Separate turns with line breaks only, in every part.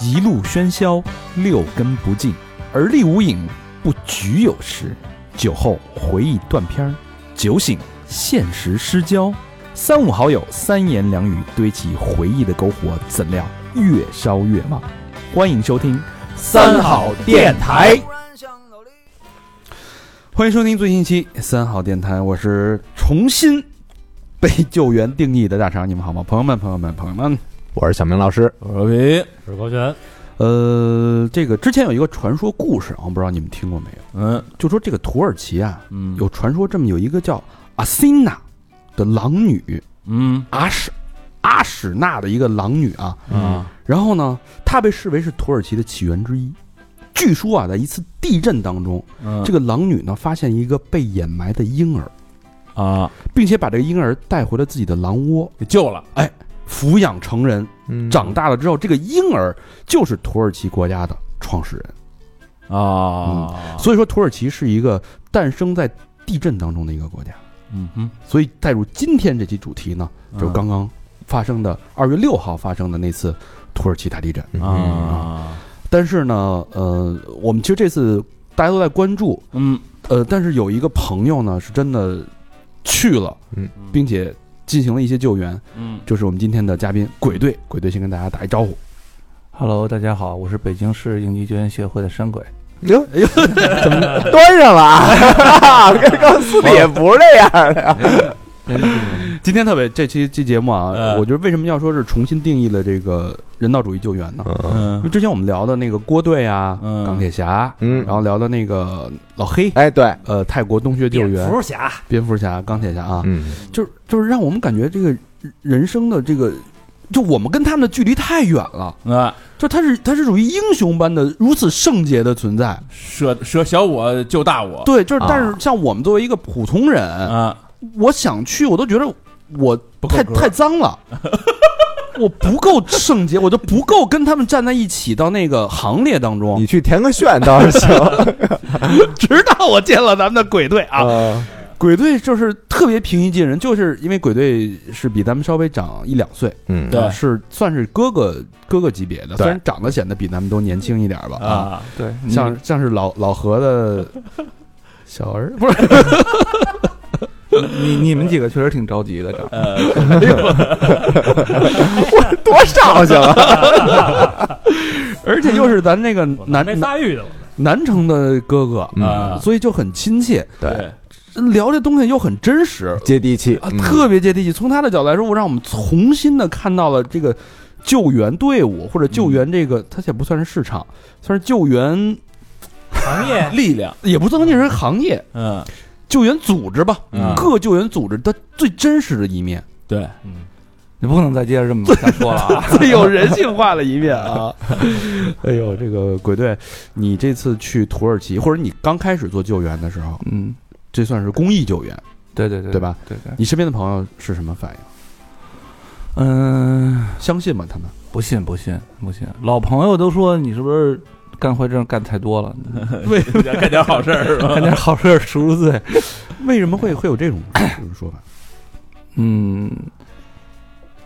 一路喧嚣，六根不净，而立无影，不局有时。酒后回忆断片儿，酒醒现实失焦。三五好友，三言两语堆起回忆的篝火，怎料越烧越旺。欢迎收听三好电台，欢迎收听最新一期三好电台，我是重新被救援定义的大肠，你们好吗？朋友们，朋友们，朋友们。
我是小明老师，
我皮，
是高泉，
呃，这个之前有一个传说故事啊，我不知道你们听过没有？
嗯
就说这个土耳其啊，
嗯
有传说这么有一个叫阿辛娜的狼女，
嗯
阿史阿史娜的一个狼女啊。
啊
嗯
然后呢，她被视为是土耳其的起源之一。据说啊，在一次地震当中，
嗯
这个狼女呢发现一个被掩埋的婴儿，
啊
并且把这个婴儿带回了自己的狼窝，
给救了，
抚养成人。长
长
大了之后，这个婴儿就是土耳其国家的创始人。
啊，
嗯所以说，土耳其是一个诞生在地震当中的一个国家。
嗯哼，
所以带入今天这期主题呢，
嗯
就是刚刚发生的二月六号发生的那次土耳其大地震。
嗯
啊，
但是呢，呃，我们其实这次大家都在关注，
嗯
呃，但是有一个朋友呢是真的去了，
嗯，
并且进行了一些救援，
嗯
就是我们今天的嘉宾鬼队。鬼队先跟大家打一招呼。
Hello，大家好，我是北京市应急救援协会的山鬼。
哟，哎呦，怎么端上了啊？跟刚私底也不是这样的呀。
今天特别这期期节目啊，
呃
嗯
我觉得为什么要说是重新定义了这个人道主义救援呢？因为
嗯
之前我们聊的那个郭队啊，
嗯
钢铁侠，
嗯
然后聊的那个老黑，
哎，对，
呃，泰国洞穴救
蝙
援，
蝠侠，
蝙蝠侠、钢铁侠啊，
嗯，
就是就是让我们感觉这个人生的这个，就我们跟他们的距离太远了，
啊，
就他是他是属于英雄般的如此圣洁的存在，
舍舍小我救大我，
对，就是
哦啊嗯
但是像我们作为一个普通
嗯
人，
啊，
我想去我都觉得我
不够
太
格
太脏了。 我不够圣洁，我就不够跟他们站在一起到那个行列当中
你。去填个炫倒是行
直到我见了咱们的鬼队啊，
啊。
鬼队就是特别平易近人，就是因为鬼队是比咱们稍微长一两岁，
嗯，
对
啊是算是哥哥哥哥级别的，
对
虽然长得显得比咱们都年轻一点吧啊，
啊，
对，
像像是老老何的 小儿，不是，
你你们几个确实挺着急的，这
呃，
多绍兴 啊！
而且又是咱那个南
没
南
发育的，
南城的哥哥，
啊
所以就很亲切，
嗯对，
对，
聊这东西又很真实
接地气
啊，
嗯
特别接地气。从他的角度来说，我让我们重新的看到了这个救援队伍或者救援这个，它也不算是市场，算是救援
行业
力量，
也不能是行业
嗯，
救援 组织吧，
嗯
各救援组织它最真实的一面，
对，
你不能再接着这么瞎说了啊！
最有人性化的一面啊！哎呦，这个鬼队，你这次去土耳其，或者你刚开始做救援的时候，
嗯，
这算是公益救援，
对对对，
对吧？
对对，
你身边的朋友是什么反应？
嗯、
相信吗？他们
不信不信不信，老朋友都说你是不是干坏事干太多了，
为干点好事儿是吧？
干点好事儿赎赎罪。
为什么会会有这种这种说法？
嗯，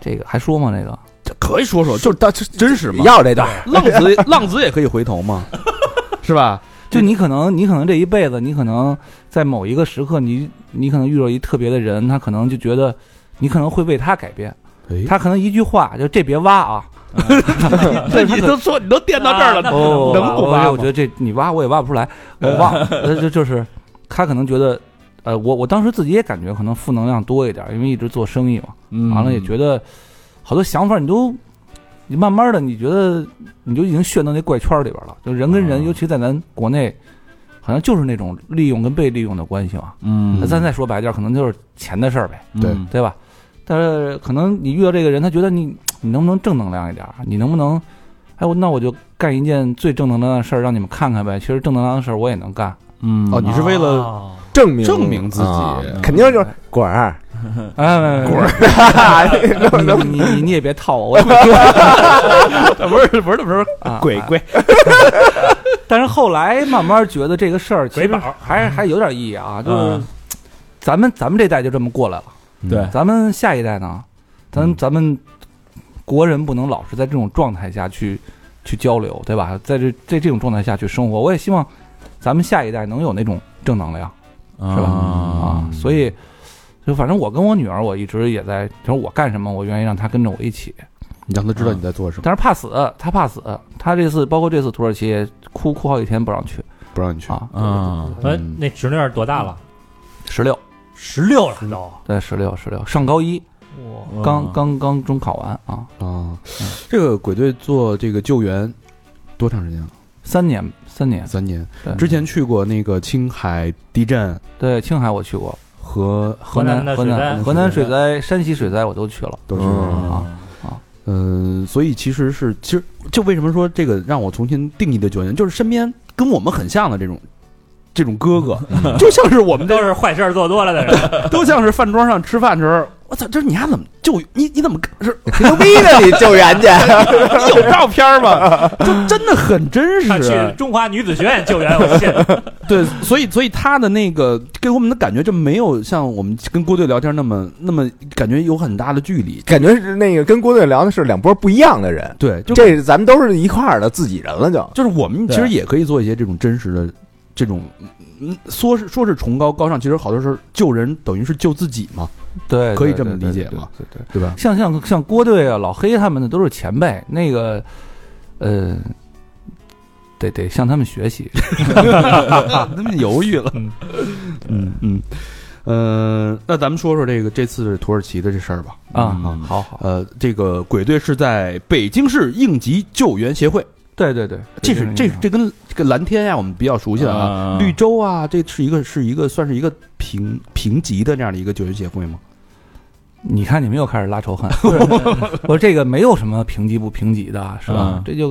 这个还说吗？这个
这可以说说，就是他真实嘛。
要这段儿，
浪子浪子也可以回头嘛，是吧？
就你可能，你可能这一辈子，你可能在某一个时刻你，你可能遇到一特别的人，他可能就觉得你可能会为他改变，
哎
他可能一句话就这别挖啊，这
你都说你都垫到 这儿了，
哦，
能不
我
挖吗
我觉得这你挖我也挖不出来，
嗯
我挖，呃 就就是他可能觉得，呃，我我当时自己也感觉可能负能量多一点，因为一直做生意嘛，完了也
嗯
嗯
觉得好多想法你都，你慢慢的你觉得你就已经陷到那怪圈里边了，就人跟人，
嗯
尤其在咱国内，好像就是那种利用跟被利用的关系嘛。
嗯
那咱再说白点儿，可能就是钱的事儿呗，
对
对吧？但是可能你遇到这个人，他觉得你你能不能正能量一点儿？啊你能不能，哎，我那我就干一件最正能量的事儿，让你们看看呗。其实正能量的事儿我也能干。
嗯
哦，你是为了
哦
证明
证明自己
啊肯定就是果 儿，
哎，滚！
啊
你你你你也别套我，我也没
不是不是不是
啊。
鬼鬼，
但是后来慢慢觉得这个事儿其
鬼
实
宝
还是还有点意义啊，就是
嗯
咱们咱们这代就这么过来了，
对
嗯
咱们下一代呢，咱咱们
国人不能老是在这种状态下去去交流，对吧？在这在这种状态下去生活，我也希望咱们下一代能有那种正能量，是吧？啊，所以就反正我跟我女儿，我一直也在，就是我干什么，我愿意让她跟着我一起。
你让他知道你在做什么，
但是怕死，她怕死，她这次包括这次土耳其也哭哭好几天不让去
不让你去。
啊，
啊，
哎，那侄女儿多大了？
十六
十六了都。
对十六十六上高一，
哇，
刚刚刚中考完啊，
啊，这个鬼队做这个救援多长时间了？
三年三年
三年
对。
之前去过那个青海地震
对青海我去过，
和
河
南的
河
水灾
南河南水灾、山西水灾我都去了
都是
啊。
嗯，所以其实是，其实就为什么说这个让我重新定义的救援，就是身边跟我们很像的这种，这种哥哥， 就像是我
我
们
们
这
都是坏事儿做多了 的人，
都像是饭桌上吃饭的时候，我操，这你还怎么救你你怎么是
牛逼的你救援去，
你有照片吗？ 就真的很真
他去
实，
中华女子学院救援，我信。
对，所以所以他的那个给我们的感觉就没有像我们跟郭队聊天那么那么感觉有很大的距离，
感觉是那个跟郭队聊的是两拨不一样的人，
对，就
这咱们都是一块儿的自己人了就。
就是我们
对
其实也可以做一些这种真实的，这种嗯，说是说是崇高高尚，其实好多时候救人等于是救自己嘛，
对，
可以
对
这么理解？吗
对对对对对，
对吧？
像像像郭队啊、老黑他们的都是前辈， 那个，呃，得得向他们学习。
那么犹豫了，
嗯
嗯嗯，呃，那咱们说说这个这次土耳其的这事儿吧。
啊
嗯
好好，
呃，这个鬼队是在北京市应急救援协会，
对对对，
这是这
对
是这跟这个蓝天呀、我们比较熟悉了啊。
啊
绿洲啊，这是一个是一个算是一个评评级的这样的一个救援协会吗？
你看你们又开始拉仇恨。 我说这个没有什么评级不评级的，是吧
嗯？
这就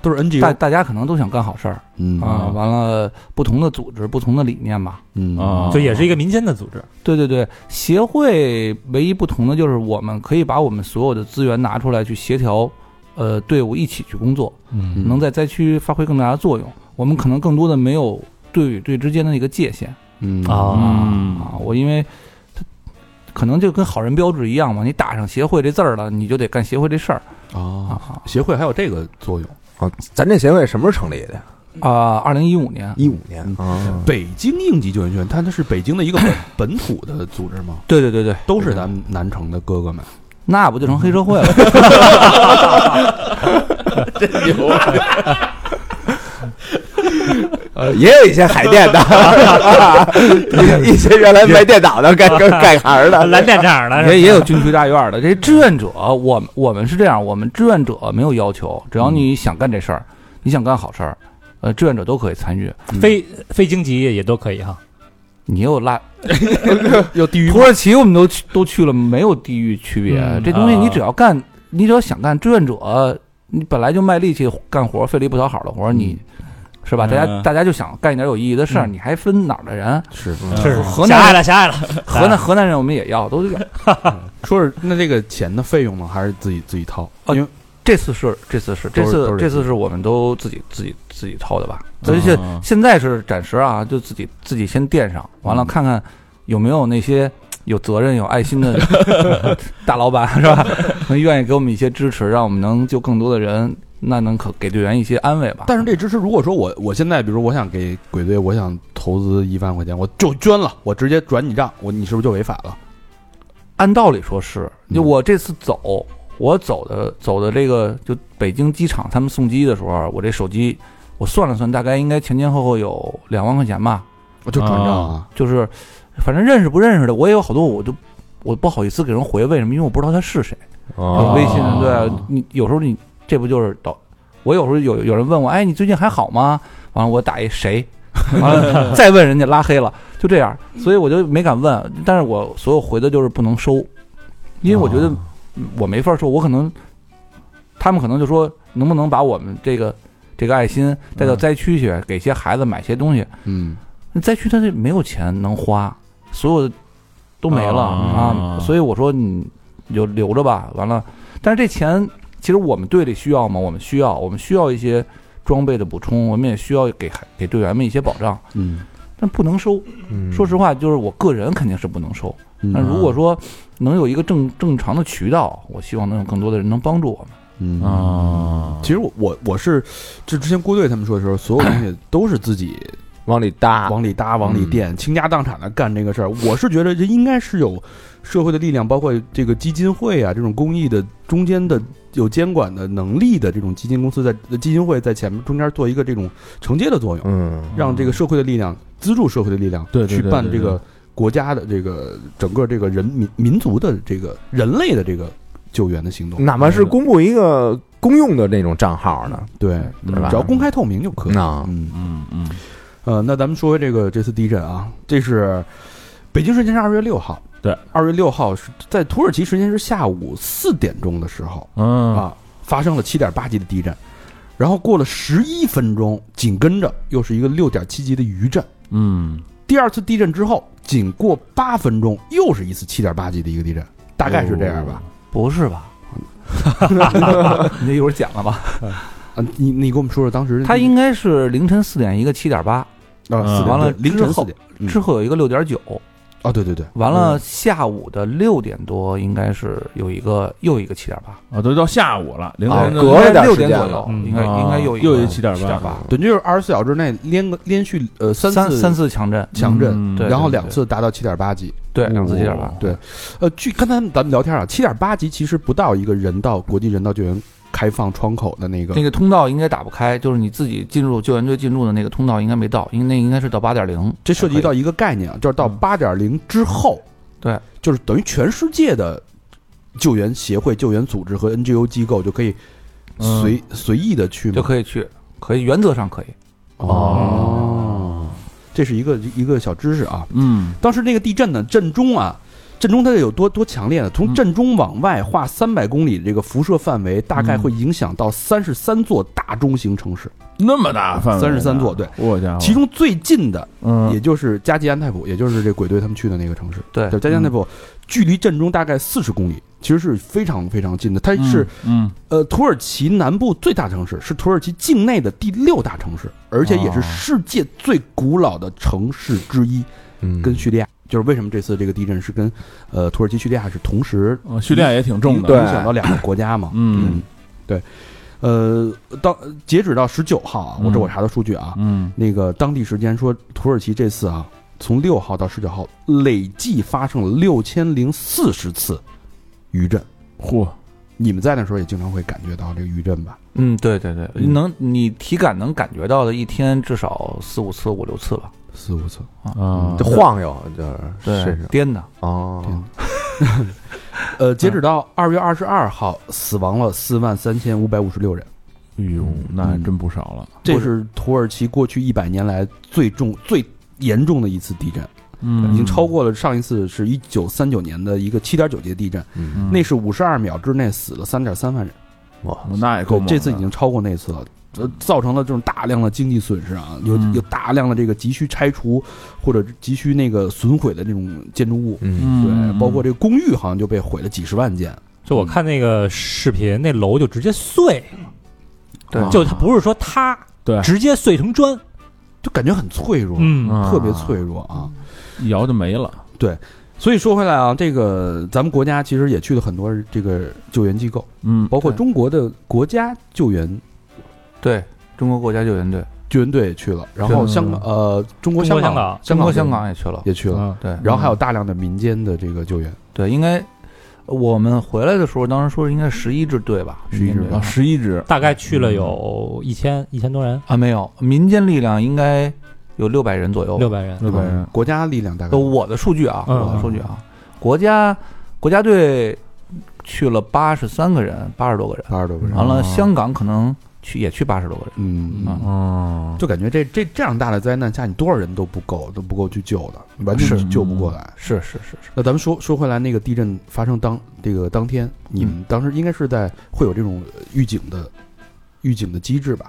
都是
大
NGO，
大家可能都想干好事儿
嗯
啊，
嗯
完了不同的组织、不同的理念吧。
嗯
啊，
就也是一个民间的组织，
对对对，协会唯一不同的就是我们可以把我们所有的资源拿出来去协调，呃，队伍一起去工作，
嗯
能在灾区发挥更大的作用。我们可能更多的没有队与队之间的一个界限
嗯
啊，
啊。我因为它可能就跟好人标志一样嘛，你打上协会这字儿了，你就得干协会这事儿
啊
啊
协会还有这个作用。
啊，咱这协会什么时候成立的呀？
啊！二零一五年，
一五年啊，
北京应急救援学院，它它是北京的一个本 本土的组织吗？
对对对对，
都是咱们南城的哥哥们。
那不就成黑社会了？
呃也有一些海淀 的，一些原来卖电脑的、干干干行的，
蓝店长的，
也也有军区大院的这些志愿者，我们我们是这样，我们志愿者没有要求，只要你想干这事儿，你想干好事儿，呃，志愿者都可以参与。
非非经济也都可以哈。
你又拉
有地狱
土耳其，我们都去都去了，没有地域区别。
嗯
这东西
啊
你只要干，你只要想干，志愿者你本来就卖力气干活，费力不讨好的活，你。是吧？大家、
嗯
大家就想干一点有意义的事儿，
嗯
你还分哪儿的人？
是
嗯
嗯
是
河
狭隘
南
了，狭隘了。
河南河南人我们也要，都要。
说是那这个钱的费用呢，还是自己自己掏？
哦
因为
这次是这次是
都
这
是都
次
是嗯
这次是我们都自己自己自己掏的吧？而且现在是暂时啊，就自己自己先垫上，
嗯
完了看看有没有那些有责任、有爱心的 大老板是吧？能愿意给我们一些支持，让我们能救更多的人，那能可给队员一些安慰吧？
但是这支持，如果说我我现在，比如说我想给鬼队，我想投资一万块钱，我就捐了，我直接转你账，我你是不是就违法了？
按道理说是，
嗯
就我这次走，我走的走的这个就北京机场他们送机的时候，啊我这手机我算了算，大概应该前前后后有两万块钱吧。
我就转账啊，
就是反正认识不认识的，我也有好多我都我不好意思给人回，为什么？因为我不知道他是谁。
哦
微信对啊你有时候你这不就是导？我有时候有有人问我，哎，你最近还好吗？完了我打一谁，完 了再问人家拉黑了，就这样，所以我就没敢问。但是我所有回的就是不能收，因为我觉
哦
得我没法说，我可能他们可能就说能不能把我们这个这个爱心带
嗯
到灾区去，给些孩子买些东西，
嗯，
那灾区他这没有钱能花，所有的都没了
啊
啊，所以我说你就留着吧。完了，但是这钱其实我们队里需要吗？我们需要，我们需要一些装备的补充，我们也需要给给队员们一些保障。
嗯，
但不能收。
嗯
说实话，就是我个人肯定是不能收。
嗯
嗯
但如果说能有一个正正常的渠道，我希望能有更多的人能帮助我们。
嗯
啊
其实我我我是，就之前郭队他们说的时候，所有东西都是自己
往里搭，
往里搭、往里嗯垫，倾家荡产的干这个事儿。我是觉得这应该是有社会的力量，包括这个基金会啊，这种公益的中间的有监管的能力的这种基金公司在基金会在前面中间做一个这种承接的作用，
嗯
让这个社会的力量资助社会的力量，
对对对
去办
对
这
对
个国家的这个整个这个人民民族的这个人类的这个救援的行动。
哪怕是公布一个公用的那种账号呢，
对，
是吧？
只要公开透明就可以。
啊，
嗯。
嗯嗯
呃，那咱们说回这个这次地震啊，这是北京时间是二月六号，
对，
二月六号是在土耳其时间是下午四点钟的时候
嗯
啊，发生了七点八级的地震，然后过了十一分钟，紧跟着又是一个六点七级的余震。
嗯，
第二次地震之后，仅过八分钟，又是一次七点八级的一个地震，大概是这样吧。
不是 吧？ 你这一会儿讲了吧？
哦
啊，你你给我们说说当时
它应该是凌晨四点一个七点八，
啊四点
完了
对凌晨
之后
四点嗯
之后有一个六点九，
啊，对对对，
完了下午的六点多应该是有一个又一个七点八，
啊，都到下午了，凌
啊
晨的嗯啊
隔了点
六
时
点
间
左
了
右，嗯应该应该又
又一
一个
7.8
7.8
对，就是二十四小时内连个连续呃三
三
次
三次强震，
强震，
嗯
对
然后两次达到七点八级。
对，两次七点八
哦，
对，呃，据刚才咱们聊天啊，七点八级其实不到一个人道国际人道救援开放窗口的那个
那个通道应该打不开，就是你自己进入救援队进入的那个通道应该没到，应那应该是到八点零，
这涉及到一个概念啊，就是到八点零之后，
嗯对，
就是等于全世界的救援协会、救援组织和 NGO 机构就可以
嗯
随、随意的去
就可以去，可以原则上可以。
哦，这是一个一个小知识啊。
嗯
当时那个地震呢，震中啊，震中它得有多多强烈呢？从震中往外划三百公里，这个辐射范围大概会影响到三十三座大中型城市，
那么大范围呢，
33座对
我家伙，
其中最近的
哦嗯
也就是加济安泰普，也就是这鬼队他们去的那个城市。
对
对，加济安泰普距离震中大概四十公里，其实是非常非常近的。它是
嗯
呃土耳其南部最大城市，是土耳其境内的第六大城市，而且也是
哦
世界最古老的城市之一。
嗯
跟叙利亚，就是为什么这次这个地震是跟呃土耳其、叙利亚是同时
嗯呃，叙利亚也挺重的，
影响到两个国家嘛？
嗯，
对，呃，当截止到十九号啊，我这
嗯
我查的数据啊，
嗯
那个当地时间说土耳其这次啊，从六号到十九号累计发生了六千零四十次余震。
嚯，
啊你们在那时候也经常会感觉到这个余震吧？
嗯，对对对，
嗯
能你体感能感觉到的，一天至少四五次、五六次吧。
四五次，
啊
就晃悠，就是
对
身上，
颠的，
哦，
呃，
嗯
截止到二月二十二号，死亡了四万三千五百五十六人。
哎呦，那还真不少了，
这是土耳其过去一百年来最重、最严重的一次地震，
嗯
已经超过了上一次是一九三九年的一个七点九级的地震，
嗯，
那是五十二秒之内死了三点三万人，
哇，
嗯那也够猛的，
这次已经超过那次了。呃，造成了这种大量的经济损失啊，有
嗯
有大量的这个急需拆除或者急需那个损毁的这种建筑物，
嗯
嗯，
对，包括这个公寓好像就被毁了几十万间，
就我看那个视频，那楼就直接碎，
对
就它不是说塌，
对
直接碎成砖，
就感觉很脆弱，
嗯，
特别脆弱啊。
一摇就没了，
所以说回来啊，这个咱们国家其实也去了很多这个救援机构，
嗯，
包括中国的国家救援
对中国国家救援队，
救援队也去了，然后
嗯
香港呃中国
中
香
国香
港
港
中国香
也
港也去了。
也去了，
嗯
对
然后还有大量的民间的这个救援，
对，应该我们回来的时候，当时说应该十一支队吧，
11支
民间队
啊，十一只，
大概去了有一千一千多人，
啊，没有民间力量应该有六百人左右吧。
六百人，
六百人，
嗯国家力量大概
呃，我的数据啊，
嗯
我的数据啊，国家国家队去了八十三个人，八十多个人，
八十多个人，
完了
哦
香港可能去也去八十多个人，
嗯，
嗯
哦，
就感觉这这这样大的灾难下，你多少人都不够，都不够去救的，完
是嗯
全救不过来。
是是是是，
那咱们说说回来，那个地震发生当这个当天，你
嗯
们当时应该是在会有这种呃预警的预警的机制吧？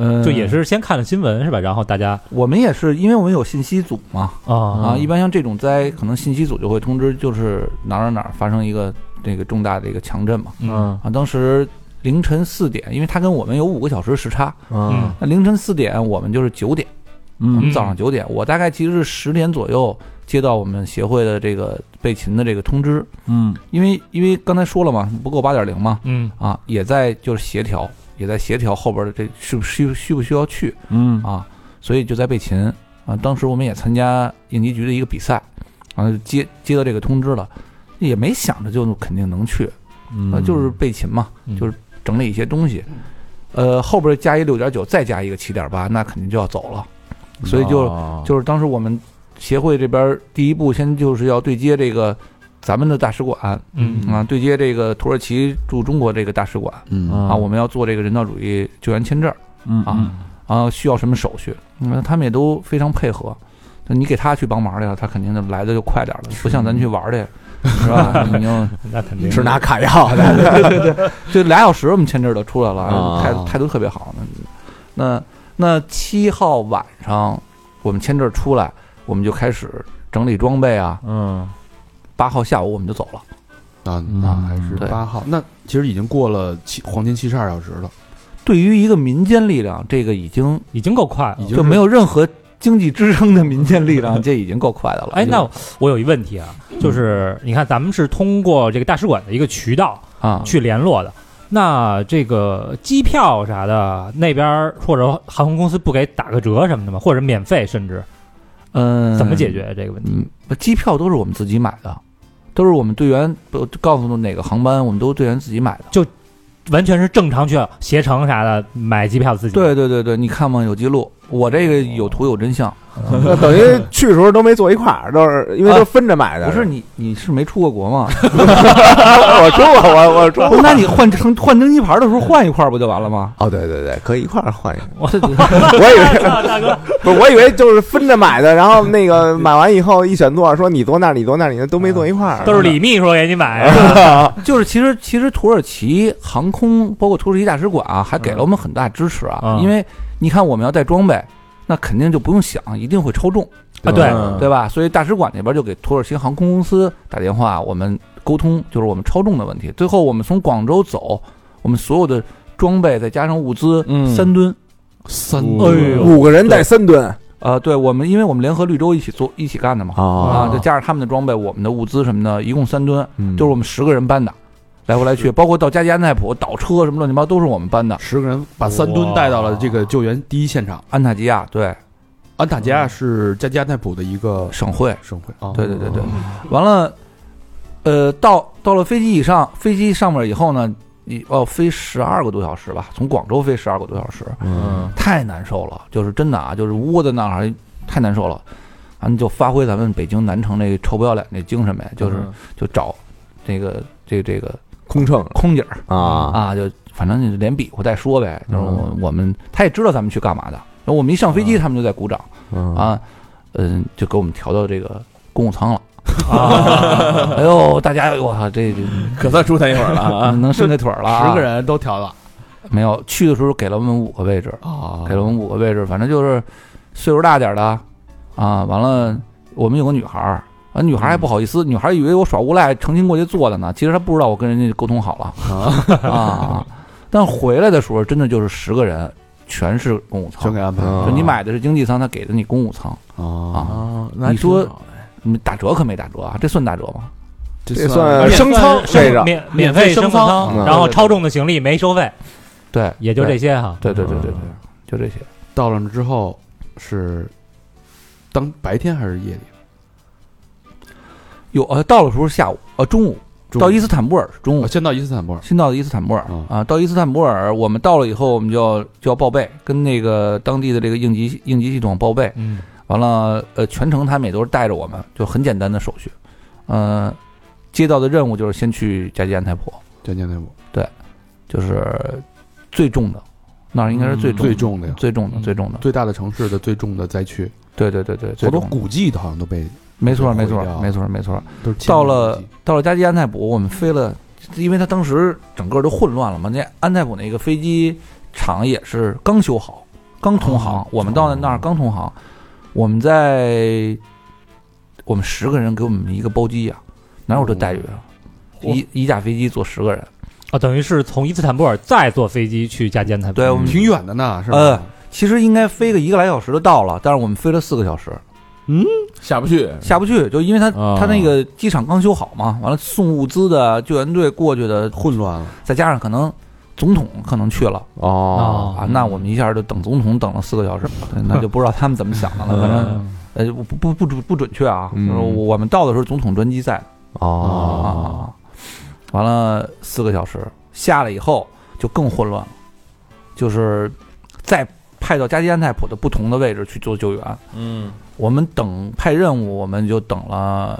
嗯，
就也是先看了新闻是吧？然后大家
我们也是，因为我们有信息组嘛，
啊
啊，一般像这种灾，可能信息组就会通知，就是哪儿哪儿哪儿发生一个这个重大的一个强震嘛，
嗯
啊，当时凌晨四点，因为它跟我们有五个小时时差，
啊，
那凌晨四点我们就是九点，
嗯
嗯
早上九点，我大概其实是十点左右接到我们协会的这个备勤的这个通知，
嗯
因为因为刚才说了嘛，不够八点零嘛，
嗯
啊，也在就是协调，也在协调后边的这需不需需不需要去
嗯
啊，所以就在备勤啊。当时我们也参加应急局的一个比赛，啊，接接到这个通知了，也没想着就肯定能去，啊，
嗯
就是备勤嘛，
嗯
就是整理一些东西，呃，后边加一六点九，再加一个七点八，那肯定就要走了，
啊
所以就
哦
就是当时我们协会这边第一步，先就是要对接这个咱们的大使馆
嗯
啊，对接这个土耳其驻中国这个大使馆
嗯
啊，我们要做这个人道主义救援签证
嗯
啊啊，需要什么手续，嗯，他们也都非常配合。那你给他去帮忙去了，他肯定就来的就快点了，不像咱去玩儿去，是吧？你就
那肯定
吃拿卡 药的，
就俩小时，我们签证就出来
啊
了，态态度特别好。那那七号晚上，我们签证出来，我们就开始整理装备啊，
嗯
八号下午我们就走了。
啊，
嗯
那还是
对
八号，那其实已经过了七黄金七十二小时了，
对于一个民间力量，这个已经
已经够快了
已。经
就是没有任何经济支撑的民间力 量，这已经够快的了。
哎，那我有一问题啊，就是你看咱们是通过这个大使馆的一个渠道
啊，
去联络的，那这个机票啥的那边儿或者航空公司不给打个折什么的吗？或者免费甚至
嗯，
怎么解？决这个问题？
嗯，机票都是我们自己买的，都是我们队员不告诉哪个航班，我们都是队员自己买的。
完全是正常去携程啥的买机票自己
对对对对，你看嘛，有记录，我这个有图有真相。
那等于去的时候都没坐一块儿，都是因为都分着买的。
不是你，你是没出过国吗？
我出过，我我出
不
过
是，。那你换成换登机牌的时候换一块不就完了吗？
哦，对对对，可以一块儿换一个。
这
我以为
啊， 大哥，
不 是，我以为就是分着买的，然后那个买完以后一选座，说你坐那儿，你坐那儿，你都没坐一块儿，
都是李秘书给你买啊，
就是其实其实土耳其航空包括土耳其大使馆啊，还给了我们很大支持啊，
嗯
因为你看我们要带装备，那肯定就不用想，一定会超重，
啊对
嗯
对吧？所以大使馆那边就给土耳其航空公司打电话，我们沟通就是我们超重的问题。最后我们从广州走，我们所有的装备再加上物资、
嗯
三吨，
三
哎呦
五个人带三吨
呃，对我们因为我们联合绿洲一起做一起干的嘛，啊，再加上他们的装备、我们的物资什么的，一共三吨，
嗯
就是我们十个人搬的，来回来去，包括到加济安奈普倒车什么乱七八糟都是我们搬的。
十个人把三吨带到了这个救援第一现场。
安塔基亚对
安塔吉亚是加加泰普的一个
省会，
省会啊，
对对对对，完了，呃，到到了飞机以上，飞机上面以后呢，你哦飞十二个多小时吧，从广州飞十二个多小时，
嗯
太难受了，就是真的啊，就是窝在那儿还太难受了。咱们就发挥咱们北京南城那臭不要脸那精神呗，就是就找这个这个这个
空乘
空姐儿
啊
啊，就反正就连比划带说呗，就是我
嗯
我们他也知道咱们去干嘛的，然后我们一上飞机，他们就在鼓掌啊，嗯，就给我们调到这个公务舱了。哎呦，大家我操，这这
可算舒坦一会儿了啊！
能伸开腿儿了啊，
十个人都调了
没有去的时候给了我们五个位置，
啊
给了我们五个位置，反正就是岁数大点儿的啊，完了我们有个女孩儿。啊，女孩儿还不好意思，女孩儿以为我耍无赖，诚心过去坐的呢。其实她不知道我跟人家沟通好了，
啊，
啊，但回来的时候真的就是十个人全是公务
全
舱
给，啊安排了
就你买的是经济舱，他给的你公务舱，
啊，
啊，那还
你说
挺好的
你打折可没打折啊，这算打折吗？
这
这
算
免费
升舱这个
免
免
免
费
费
升
升
舱
嗯
舱，然后超重的行李没收费，
对，
也就这嗯些哈。
对对对对对，就这些。
到了那之后是当白天还是夜里？
有呃，到了时候下午呃中午
中午
到伊斯坦布尔是中午
啊，，先到伊斯坦布尔
先到的伊斯坦布尔
嗯
啊，到伊斯坦布尔我们到了以后，我们就要就要报备，跟那个当地的这个应急应急系统报备。
嗯，
完了，呃，全程他们也都是带着我们，就很简单的手续。呃，接到的任务就是先去加济安泰普，
加加泰普
就是最重的，那儿应该是最重的、
最重的呀，
最重的、
嗯
最重的。
最大的城市的最重的灾区，
对对对对，最
好多
重的。
古迹好像都被
没错没
毁掉
错没错没错。
都是
到了到了加济安泰普，我们飞了，因为它当时整个都混乱了嘛。那安泰普那个飞机场也是刚修好，刚通航，我们到那儿刚通航，我们在我们十个人给我们一个包机呀、哪有这待遇啊？一一架飞机坐十个人，
哦啊，等于是从伊斯坦布尔再坐飞机去加坚泰。
对我们
挺远的呢，是吧？
呃其实应该飞个一个来小时就到了，但是我们飞了四个小时，
下不去。
下不去，就因为他、
哦
他那个机场刚修好嘛，完了送物资的救援队过去的，
混乱了。
再加上可能总统可能去了
哦
啊，那我们一下就等总统等了四个小时，对那就不知道他们怎么想的了，反正
嗯
呃不不不准不准确啊，
嗯
就是我们到的时候总统专机在啊啊啊
哦，
啊，完了四个小时下来以后就更混乱了，就是再派到加济安泰普的不同的位置去做救援，
嗯
我们等派任务，我们就等了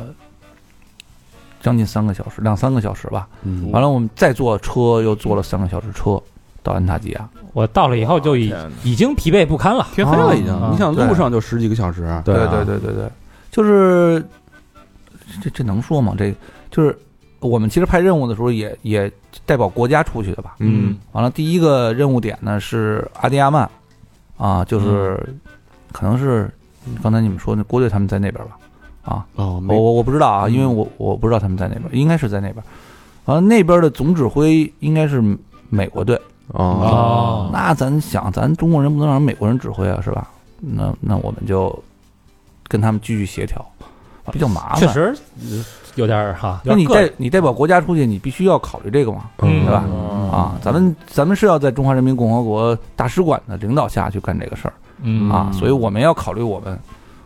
将近三个小时，两三个小时吧。
嗯
完了，我们再坐车又坐了三个小时车到安塔吉亚。
我到了以后就已
嗯
天哪
已经疲惫不堪了，
天黑了已经，
啊
你想
对
路上就十几个小时，
对啊
对对对对，就是这这能说吗？这就是我们其实派任务的时候也也代表国家出去的吧。
嗯
完了，第一个任务点呢是阿迪亚曼，啊，就是、可能是刚才你们说那郭队他们在那边吧，啊，
哦，
我
没
我我不知道啊，
嗯
因为我我不知道他们在那边，应该是在那边。完了，那边的总指挥应该是美国队。嗯
哦
哦
那咱想，咱中国人不能让美国人指挥啊，是吧？那那我们就跟他们继续协调，比较麻烦。
确，实有点儿哈，
那
有
你
点膈应
代你代表国家出去，你必须要考虑这个嘛，
嗯
对吧？
嗯
啊，咱们咱们是要在中华人民共和国大使馆的领导下去干这个事儿
嗯
啊，所以我们要考虑我们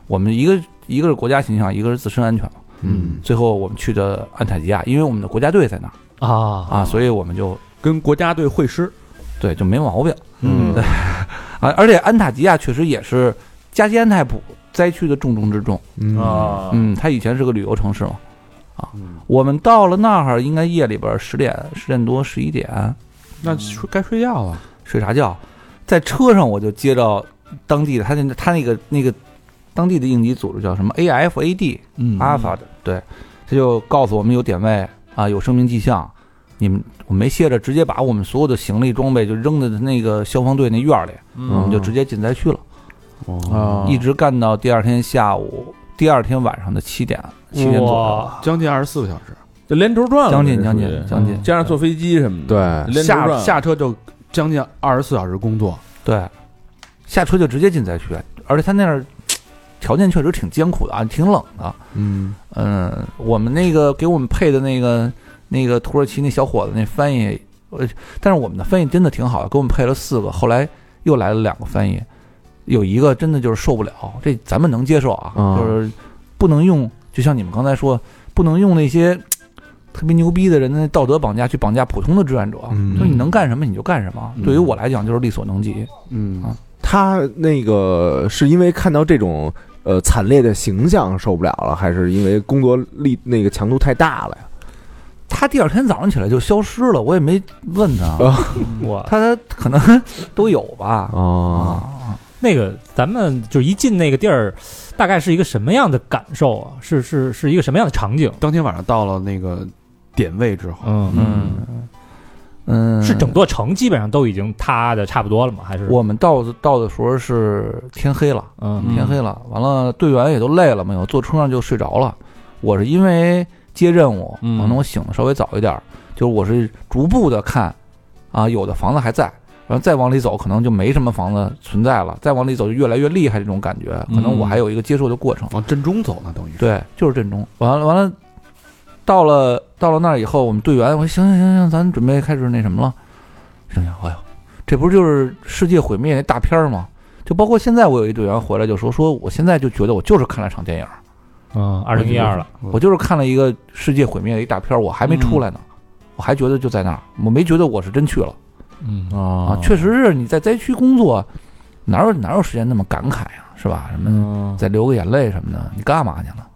我们一个一个是国家形象，一个是自身安全嘛。
嗯，
最后我们去的安塔吉亚，因为我们的国家队在那儿
啊
啊，所以我们就
跟国家队会师，
对就没毛病
嗯
对啊。而且安塔吉亚确实也是加西安泰普灾区的重中之重，
啊，
嗯，它以前是个旅游城市嘛，啊，我们到了那儿应该夜里边十点十点多十一点
那睡该睡觉了，
睡啥觉，在车上我就接到当地的他那他那个那个当地的应急组织叫什么 AFAD
嗯
阿尔法的，对，他就告诉我们有点位啊，有生命迹象，你们我没歇着，直接把我们所有的行李装备就扔在那个消防队那院儿里，我们
嗯
就直接进灾区了，
啊，
一直干到第二天下午，第二天晚上的七点，七点左右，
哇，
将近二十四个小时，
就连轴转了，
将近
这
将
属于
近将近，
加上坐飞机什么的，
对
连轴
下
转
下车就将近二十四小时工作，
对，下车就直接进灾区，而且他那儿条件确实挺艰苦的啊，挺冷的，
嗯，
嗯，我们那个给我们配的那个那个土耳其那小伙子那翻译，呃，但是我们的翻译真的挺好的，给我们配了四个，后来又来了两个翻译，有一个真的就是受不了，这咱们能接受啊，
嗯
就是不能用，就像你们刚才说，不能用那些特别牛逼的人的道德绑架去绑架普通的志愿者，
嗯
就是你能干什么你就干什么，
嗯
对于我来讲就是力所能及，
嗯
他那个是因为看到这种呃惨烈的形象受不了了，还是因为工作力那个强度太大了呀？
他第二天早上起来就消失了，我也没问他，
哦
啊
我
他他可能 都有吧，
哦，
啊。
那个咱们就一进那个地儿，大概是一个什么样的感受啊？是是是一个什么样的场景？
当天晚上到了那个点位之后，
嗯，
嗯，嗯，
是整座城基本上都已经塌的差不多了吗？还是
我们到到的时候是天黑了，
嗯
天黑了，完了队员也都累了嘛，有坐车上就睡着了。我是因为接任务，
嗯
完了我醒的稍微早一点儿，就是我是逐步的看，啊，有的房子还在，然后再往里走可能就没什么房子存在了，再往里走就越来越厉害这种感觉，可能
嗯
我还有一个接受的过程。
往镇哦中走呢，等于是，
对，就是震中。完了完了，到了到了那儿以后，我们队员我说行行行行，咱准备开始那什么了。想想，哎呦，这不就是世界毁灭那大片儿吗？就包括现在，我有一队员回来就说，说我现在就觉得我就是看了场电影，
嗯二零一二了，
我就是看了一个世界毁灭的一大片儿，我还没出来呢，我还觉得就在那儿，我没觉得我是真去了
嗯
啊。
啊
确实是你在灾区工作，哪有哪有时间那么感慨呀、是吧？什么
嗯
再流个眼泪什么的，你干嘛去了？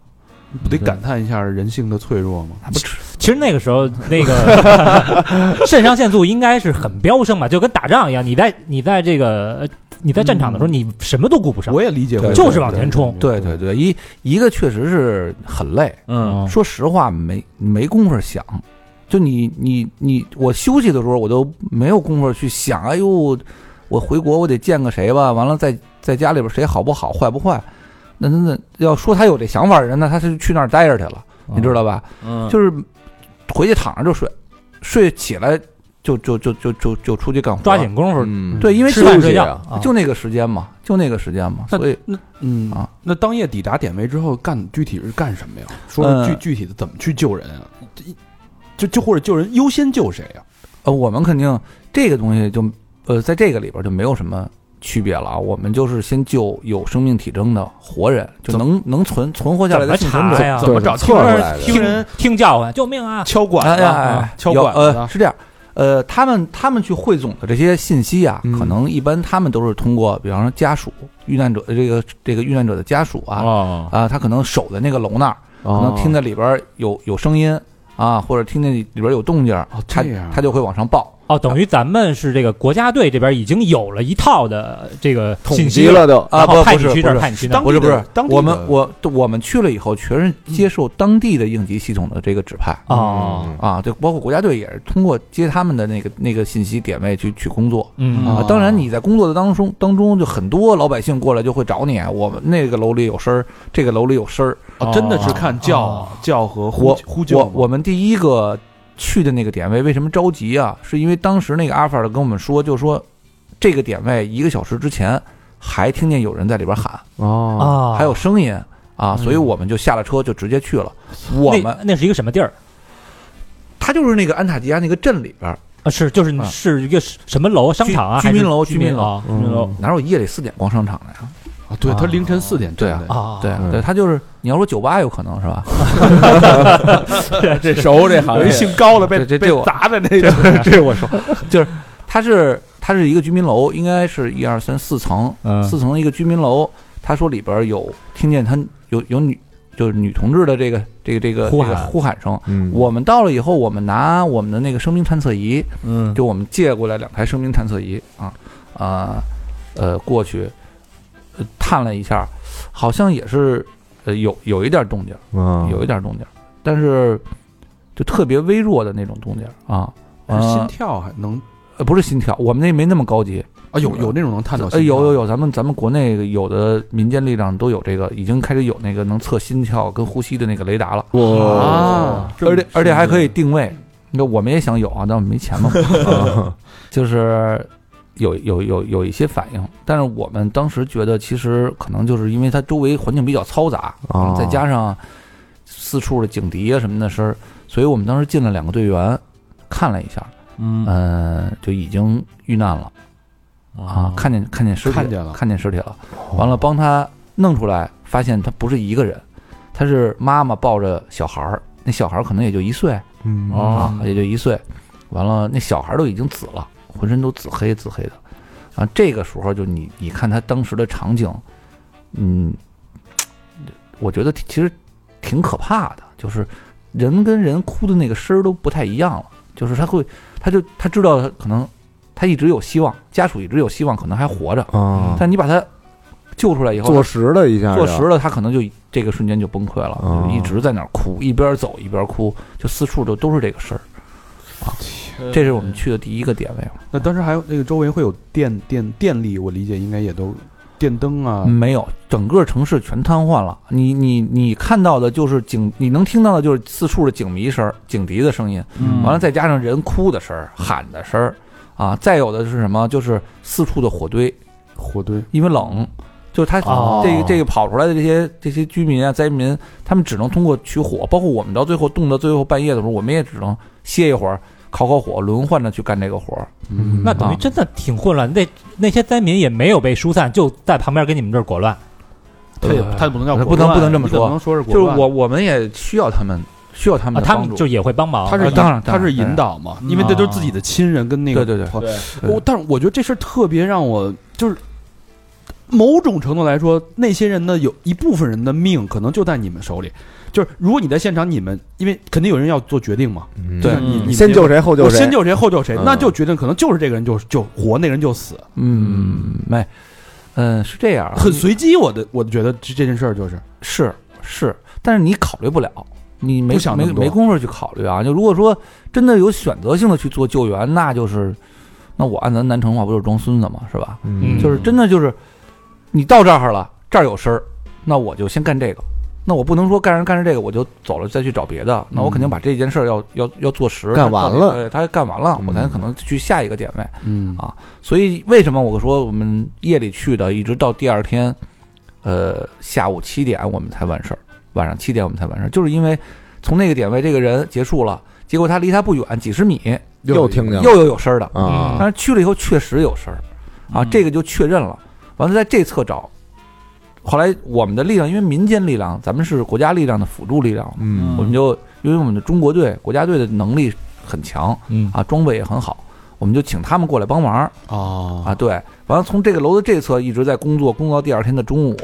不得感叹一下人性的脆弱吗？
那不吃
其实那个时候，那个肾上腺素应该是很飙升吧，就跟打仗一样。你在你在这个呃你在战场的时候，你什么都顾不上。
我也理解过，
对就是往前冲
对对对，一一个确实是很累，
嗯
说实话没没工夫想，就你你你我休息的时候我都没有功夫去想，哎呦，我回国我得见个谁吧，完了在在家里边谁好不好坏不坏，那那那要说他有这想法的人，那他是去那儿
嗯
待着去了，你知道吧？
嗯，
就是回去躺着就睡，睡起来就就就就就就出去干活，
抓紧功夫，
嗯，
对，因为
吃
就
饭
休
睡
息
觉
啊
啊
就那个时间嘛，就那个时间嘛，
那
所以
那嗯
啊，
那当夜抵达点位之后干具体是干什么呀？说说具
呃
具体的怎么去救人啊？这一就就或者救人优先救谁呀？
呃，我们肯定这个东西就呃，在这个里边就没有什么区别了啊，我们就是先救有生命体征的活人，就能能存存活下来
怎么
的幸存
查
者。
呀？
怎么
对
找
测出来的
听人
听叫唤，救命啊！
敲管
哎
子
呀，
啊
哎，
敲
有
管子
呃
啊，
是这样，呃，他们他们去汇总的这些信息啊，
嗯
可能一般他们都是通过，比方说家属、遇难者这个这个遇难者的家属
哦
啊。
啊，
啊，他可能守在那个楼那儿，
可
可能听见里边儿有有声音啊，或者听见里边儿有动静儿，他
哦这样
他就会往上报。
哦，等于咱们是这个国家队这边已经有了一套的这个
统
信
计
息，
了都，
啊
然后
不
哦派
不
你
是
去这
不
儿，
是
派你去那
当
儿。
不是
地
不
的
是，
当地
我们
的
我我们去了以后，全是接受当地的应急系统的这个指派
哦，
啊，对，包括国家队也是通过接他们的那个那个信息点位去去工作。
嗯
哦
啊，当然你在工作的当中当中，就很多老百姓过来就会找你，啊我们那个楼里有声儿，这个楼里有声儿。
哦真的是看叫
哦
啊叫和呼
我
呼救
我
吗。
我们第一个去的那个点位为什么着急啊？是因为当时那个阿法尔跟我们说，就说这个点位一个小时之前还听见有人在里边喊，
哦，
啊，
还有声音啊，
嗯
所以我们就下了车就直接去了。我
那
们
那是一个什么地儿？
他就是那个安塔吉亚那个镇里边儿，
啊，是就是
啊
是一个什么楼？商场啊？
居
还是
居民楼嗯
居民楼？居
民楼
民楼
哪有夜里四点逛商场的呀？
啊对他凌晨四点
对啊
真的
啊，
对
嗯
对，他就是你要说酒吧有可能是吧？
这熟这行
有一
业，
姓高的被
这这
被
这我
砸的那种，
这我说，就是它是它是一个居民楼，应该是一二三四层，
嗯
四层的一个居民楼。他说里边有听见他有有女就是女同志的这个这个这个
呼
这个
喊
呼喊声。
嗯
我们到了以后，我们拿我们的那个生命探测仪，
嗯，
就我们借过来两台生命探测仪啊啊呃过去呃探了一下，好像也是呃有有一点动静。
嗯
啊
有一点动静儿，但是就特别微弱的那种动静儿啊。
是心
呃，
跳还能
呃不是心跳，我们那没那么高级。
啊有哎有那种能探到
呃，
心跳
有有有，咱们咱们国内有的民间力量都有这个，已经开始有那个能测心跳跟呼吸的那个雷达了，
啊，
哦而且而且还可以定位。那我们也想有啊，但我们没钱嘛，啊就是有有有有一些反应，但是我们当时觉得，其实可能就是因为它周围环境比较嘈杂，
哦
再加上四处的警笛啊什么的声儿，所以我们当时进了两个队员，看了一下，
嗯
嗯、就已经遇难了啊，看见看见尸体，
看见了
看见尸体了，完了帮他弄出来，发现他不是一个人，他是妈妈抱着小孩儿，那小孩儿可能也就一岁，
嗯
啊
哦，，
也就一岁。完了，那小孩都已经紫了，浑身都紫黑紫黑的。啊，这个时候就你你看他当时的场景，嗯，我觉得其实挺可怕的，就是人跟人哭的那个声儿都不太一样了。就是他会，他就他知道他可能他一直有希望，家属一直有希望，可能还活着。
啊，
但你把他救出来以后，
坐实了一下就，
坐实了，他可能就这个瞬间就崩溃了，
哦
就一直在那儿哭，一边走一边哭，就四处就都是这个事儿。啊，这是我们去的第一个点位，
那当时还有那个周围会有电电电力，我理解应该也都电灯啊，
没有，整个城市全瘫痪了。你你你看到的就是警，你能听到的就是四处的警迷声儿、警笛的声音，
嗯
完了再加上人哭的声儿、喊的声儿，啊，再有的是什么？就是四处的火堆，
火堆
因为冷，就是他
哦
这个这个跑出来的这些这些居民啊灾民，他们只能通过取火，包括我们到最后冻到最后半夜的时候，我们也只能歇一会儿，烤烤火，轮换着去干这个活儿。
嗯
那等于
啊
真的挺混乱。那那些灾民也没有被疏散，就在旁边跟你们这儿裹乱。
他也他不能叫
不
国
能
乱
不能这么
你怎
说
能说是国
就是
乱
我我们也需要他们需要他
啊，
们的
他
帮
们
助，
就也会帮忙。
他是
啊
引
当然
呃他
当然
是引导嘛，嗯因为这都是自己的亲人跟那个
嗯对对对
朋友
对
对
我但是我觉得这事儿特别让我就是。某种程度来说，那些人呢，有一部分人的命可能就在你们手里。就是如果你在现场，你们因为肯定有人要做决定嘛，
嗯
就是
对
你
你
你
先救谁后救
我
谁，
先救谁后救谁，
嗯
那就决定可能就是这个人就就活，那人就死，
嗯没，嗯是这样，
很随机。我的我觉得这这件事儿就是
是是，但是你考虑不了，你没
不想那
没
么多
没工夫去考虑啊。就如果说真的有选择性的去做救援，那就是，那我按咱南城话不就是装孙子嘛，是吧？
嗯
就是真的就是，你到这儿了，这儿有声儿，那我就先干这个，那我不能说干着干着这个我就走了再去找别的，那我肯定把这件事儿要要要做实，
嗯干完了
对，他干完了，我才
嗯
可能去下一个点位。
嗯
所以为什么我说我们夜里去的，一直到第二天，呃，下午七点我们才完事儿，晚上七点我们才完事儿，就是因为从那个点位这个人结束了，结果他离他不远几十米
又听见了
又有有声儿的，
啊，
但是去了以后确实有声儿啊，这个就确认了。完了在这侧找，后来我们的力量，因为民间力量，咱们是国家力量的辅助力量，
嗯
我们就因为我们的中国队、国家队的能力很强
嗯
啊，装备也很好，我们就请他们过来帮忙。
哦
啊，对，完了从这个楼的这侧一直在工作，工作到第二天的中午，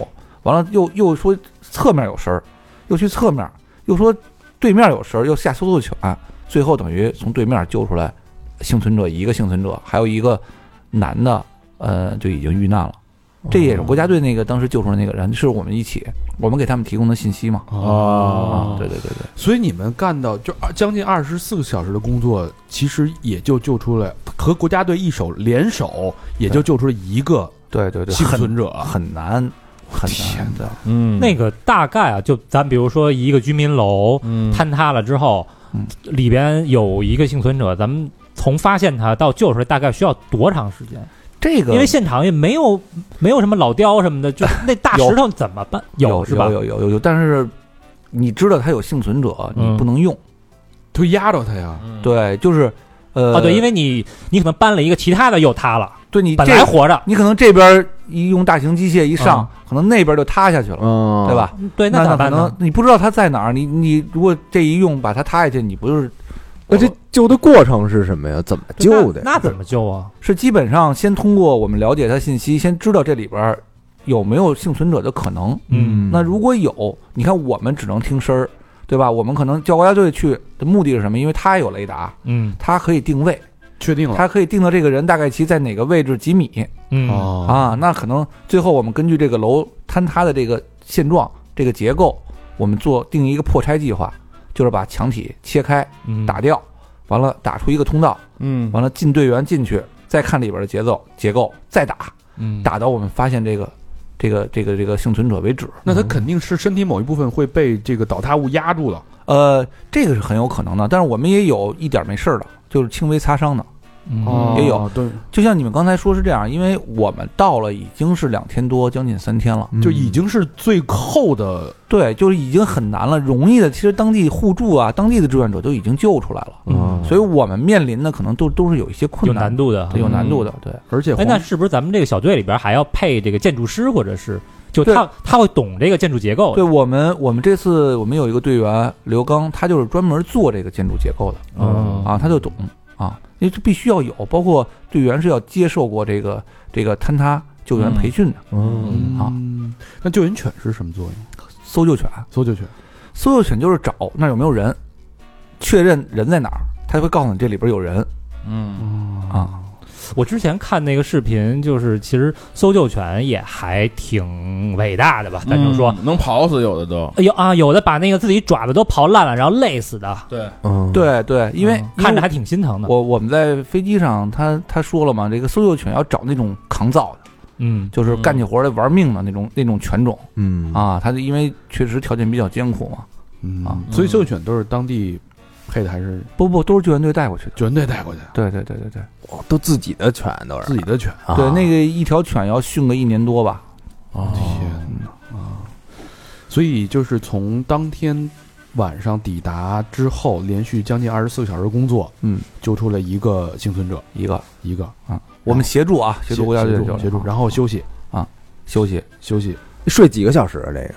完了又又说侧面有声儿，又去侧面，又说对面有声儿，又下搜救犬，最后等于从对面救出来幸存者一个幸存者，还有一个男的，呃，就已经遇难了。这也是国家队那个当时救出来那个人，是我们一起，我们给他们提供的信息嘛。啊
哦，
对对对对，
所以你们干到就二将近二十四个小时的工作，其实也就救出了和国家队一手联手，也就救出了一个
对对对，
幸存者。啊
很难，很
天
难的。
嗯
那个大概啊，就咱比如说一个居民楼
嗯
坍塌了之后
嗯，
里边有一个幸存者，咱们从发现他到救出来大概需要多长时间？
这个
因为现场也没有没有什么老雕什么的， 就那大石头怎么办？
有
是吧？
有有有有，但是你知道他有幸存者，
嗯
你不能用。
就压着他呀，
对，就是呃，
哦，对，因
为
为你你可能搬了一个其他的又塌了，
对你
本来
这，
活着，
你可能这边一用大型机械一上，可能那边就塌下去了，
嗯，
对？吧？
对，
那
怎么
可
办呢
能？你不知道他在哪儿，你你如果这一用把他塌下去，你不就是？
那这救的过程是什么呀？怎么救的？
那那怎么救啊？
是基本上先通过我们了解他信息，先知道这里边儿有没有幸存者的可能。
嗯
那如果有，你看我们只能听声儿，对吧？我们可能叫国家队去的目的是什么？因为他有雷达，
嗯
他可以定位。
确定了。
它可以定到这个人大概其在哪个位置几米
嗯
哦，
啊？那可能最后我们根据这个楼坍塌的这个现状、这个结构，我们做定一个破拆计划，就是把墙体切开
嗯，
打掉，完了打出一个通道，
嗯
完了进队员进去，再看里边的节奏结构，再打，
嗯
打到我们发现这个这个这个这个幸存者为止。
那他肯定是身体某一部分会被这个倒塌物压住了。
呃，这个是很有可能的，但是我们也有一点没事儿的，就是轻微擦伤的。
嗯
哦
也有
对，
就像你们刚才说是这样，因为我们到了已经是两天多，将近三天
嗯
了。
就已经是最后的
对，就是已经很难了。容易的，其实当地互助啊，当地的志愿者都已经救出来了，
嗯
所以我们面临的可能都都是有一些困
有
难，
难度的。
对有难度的。对，
而且
哎，
黄
那是不是咱们这个小队里边还要配这个建筑师，或者是就他他会懂这个建筑结构
对我们我们这次我们有一个队员刘刚，他就是专门做这个建筑结构的
嗯
啊，他就懂啊，因为这必须要有，包括队员是要接受过这个这个坍塌救援
嗯
培训的，
嗯
啊
嗯，那救援犬是什么作用？
搜救犬，
搜救犬
搜救犬就是找那儿有没有人，确认人在哪儿，他就会告诉你这里边有人
嗯
啊。
我之前看那个视频，就是其实搜救犬也还挺伟大的吧，咱就
嗯
说。
嗯能跑死有的都，
有啊，有的把那个自己爪子都刨烂了，然后累死的，
对，
嗯，
对对，因为
看
还。
着还挺心疼的。
我我们在飞机上，他他说了嘛，这个搜救犬要找那种抗造的，
嗯
就是干起活来玩命的那种那种犬种
嗯，
啊。他就因为确实条件比较艰苦嘛，
啊，所以搜救犬都是当地配的还是
不不都是救援队带过去的。
救援队带过去的？
对对对对对
哇都自己的犬都是
自己的犬。
啊
对，那个一条犬要训个一年多吧。
天哪啊！所以就是从当天晚上抵达之后，连续将近二十四个小时工作，
嗯，
救出了一个幸存者，
一个
一个
我们协助啊，协助国家队
啊
啊
协助协助，然后休息
休息。
休息。
睡几个小时啊？这个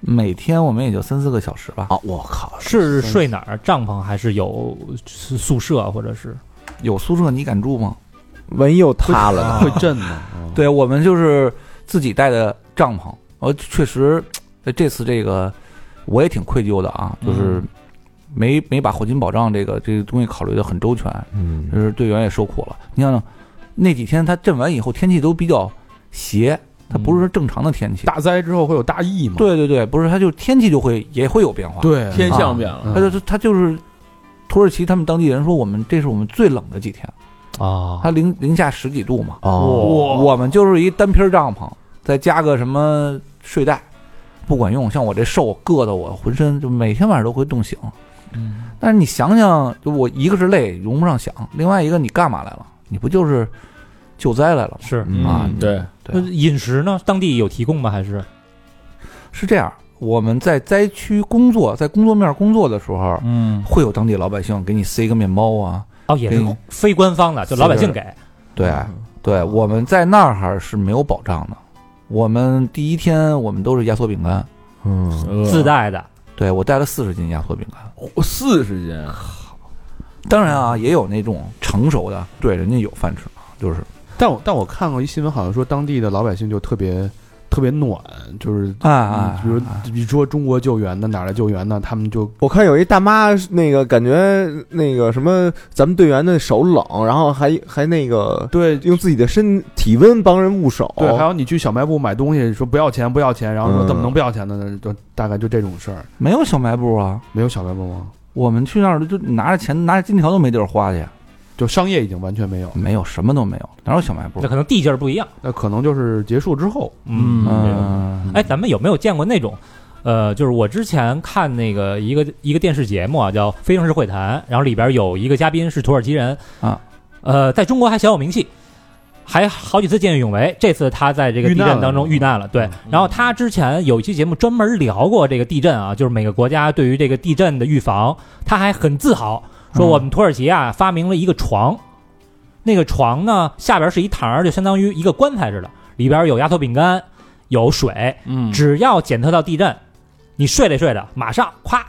每天我们也就三四个小时吧，
啊，我靠，
是睡哪儿？帐篷还是有宿宿舍，或者是
有宿舍你敢住吗？
万一又塌了呢？
会震吗？啊
对我们就是自己带的帐篷，呃，确实，呃这次这个我也挺愧疚的啊，
嗯
就是没没把后勤保障这个这个东西考虑的很周全，就
嗯，
是队员也受苦了。你想想，那几天他震完以后，天气都比较邪，它不是正常的天
嗯
气。
大灾之后会有大疫吗？
对对对，不是，它就天气就会也会有变化。，
对，
天
啊
下
象变了，
嗯
它就是它就是土耳其他们当地人说，我们这是我们最冷的几天，
啊？
它零零下十几度嘛。
哦，
我们就是一单皮儿帐篷，再加个什么睡袋，不管用。像我这瘦硌得我浑身就每天晚上都会冻醒。
嗯
但是你想想，就我一个是累，容不上想；另外一个你干嘛来了？你不就是救灾来了吗？
是
嗯
啊
嗯对，
对
呃饮食呢？当地有提供吗？还是
是这样，我们在灾区工作，在工作面工作的时候，
嗯
会有当地老百姓给你塞个面包啊。
哦，也
嗯
是非官方的，就老百姓给。
对，对，我们在那儿是没有保障的。我们第一天我们都是压缩饼干，
嗯，
呃
自带的，
对我带了四十斤压缩饼干。
四十斤，
当然啊，也有那种成熟的，对，人家有饭吃，就是
但我但我看过一新闻，好像说当地的老百姓就特别特别暖，就是嗯
啊啊，
比如
啊
你说中国救援的哪儿来救援的，他们就
我看有一大妈，那个感觉那个什么，咱们队员的手冷，然后还还那个
对
用自己的身体温帮人捂手，
对，还有你去小卖部买东西，说不要钱不要钱，然后说
哦嗯
怎么能不要钱呢？就大概就这种事儿，
没有小卖部啊。
没有小卖部吗？
我们去那儿就拿着钱，拿着金条都没地儿花去，
就商业已经完全没有，
没有什么都没有，哪有小卖部
那？可能地界儿不一样。
那可能就是结束之后，
嗯
嗯，
哎，咱们有没有见过那种，呃，就是我之前看那个一个一个电视节目啊，叫《非正式会谈》，然后里边有一个嘉宾是土耳其人
啊，
呃，在中国还小有名气，还好几次见义勇为。这次他在这个地
遇难
震
了
当中遇难了，嗯对。然后他之前有一期节目专门聊过这个地震啊，就是每个国家对于这个地震的预防，他还很自豪说
嗯
我们土耳其啊发明了一个床。那个床呢，下边是一堂，就相当于一个棺材似的，里边有压缩饼干，有水，
嗯
只要检测到地震，你睡着睡着，马上咵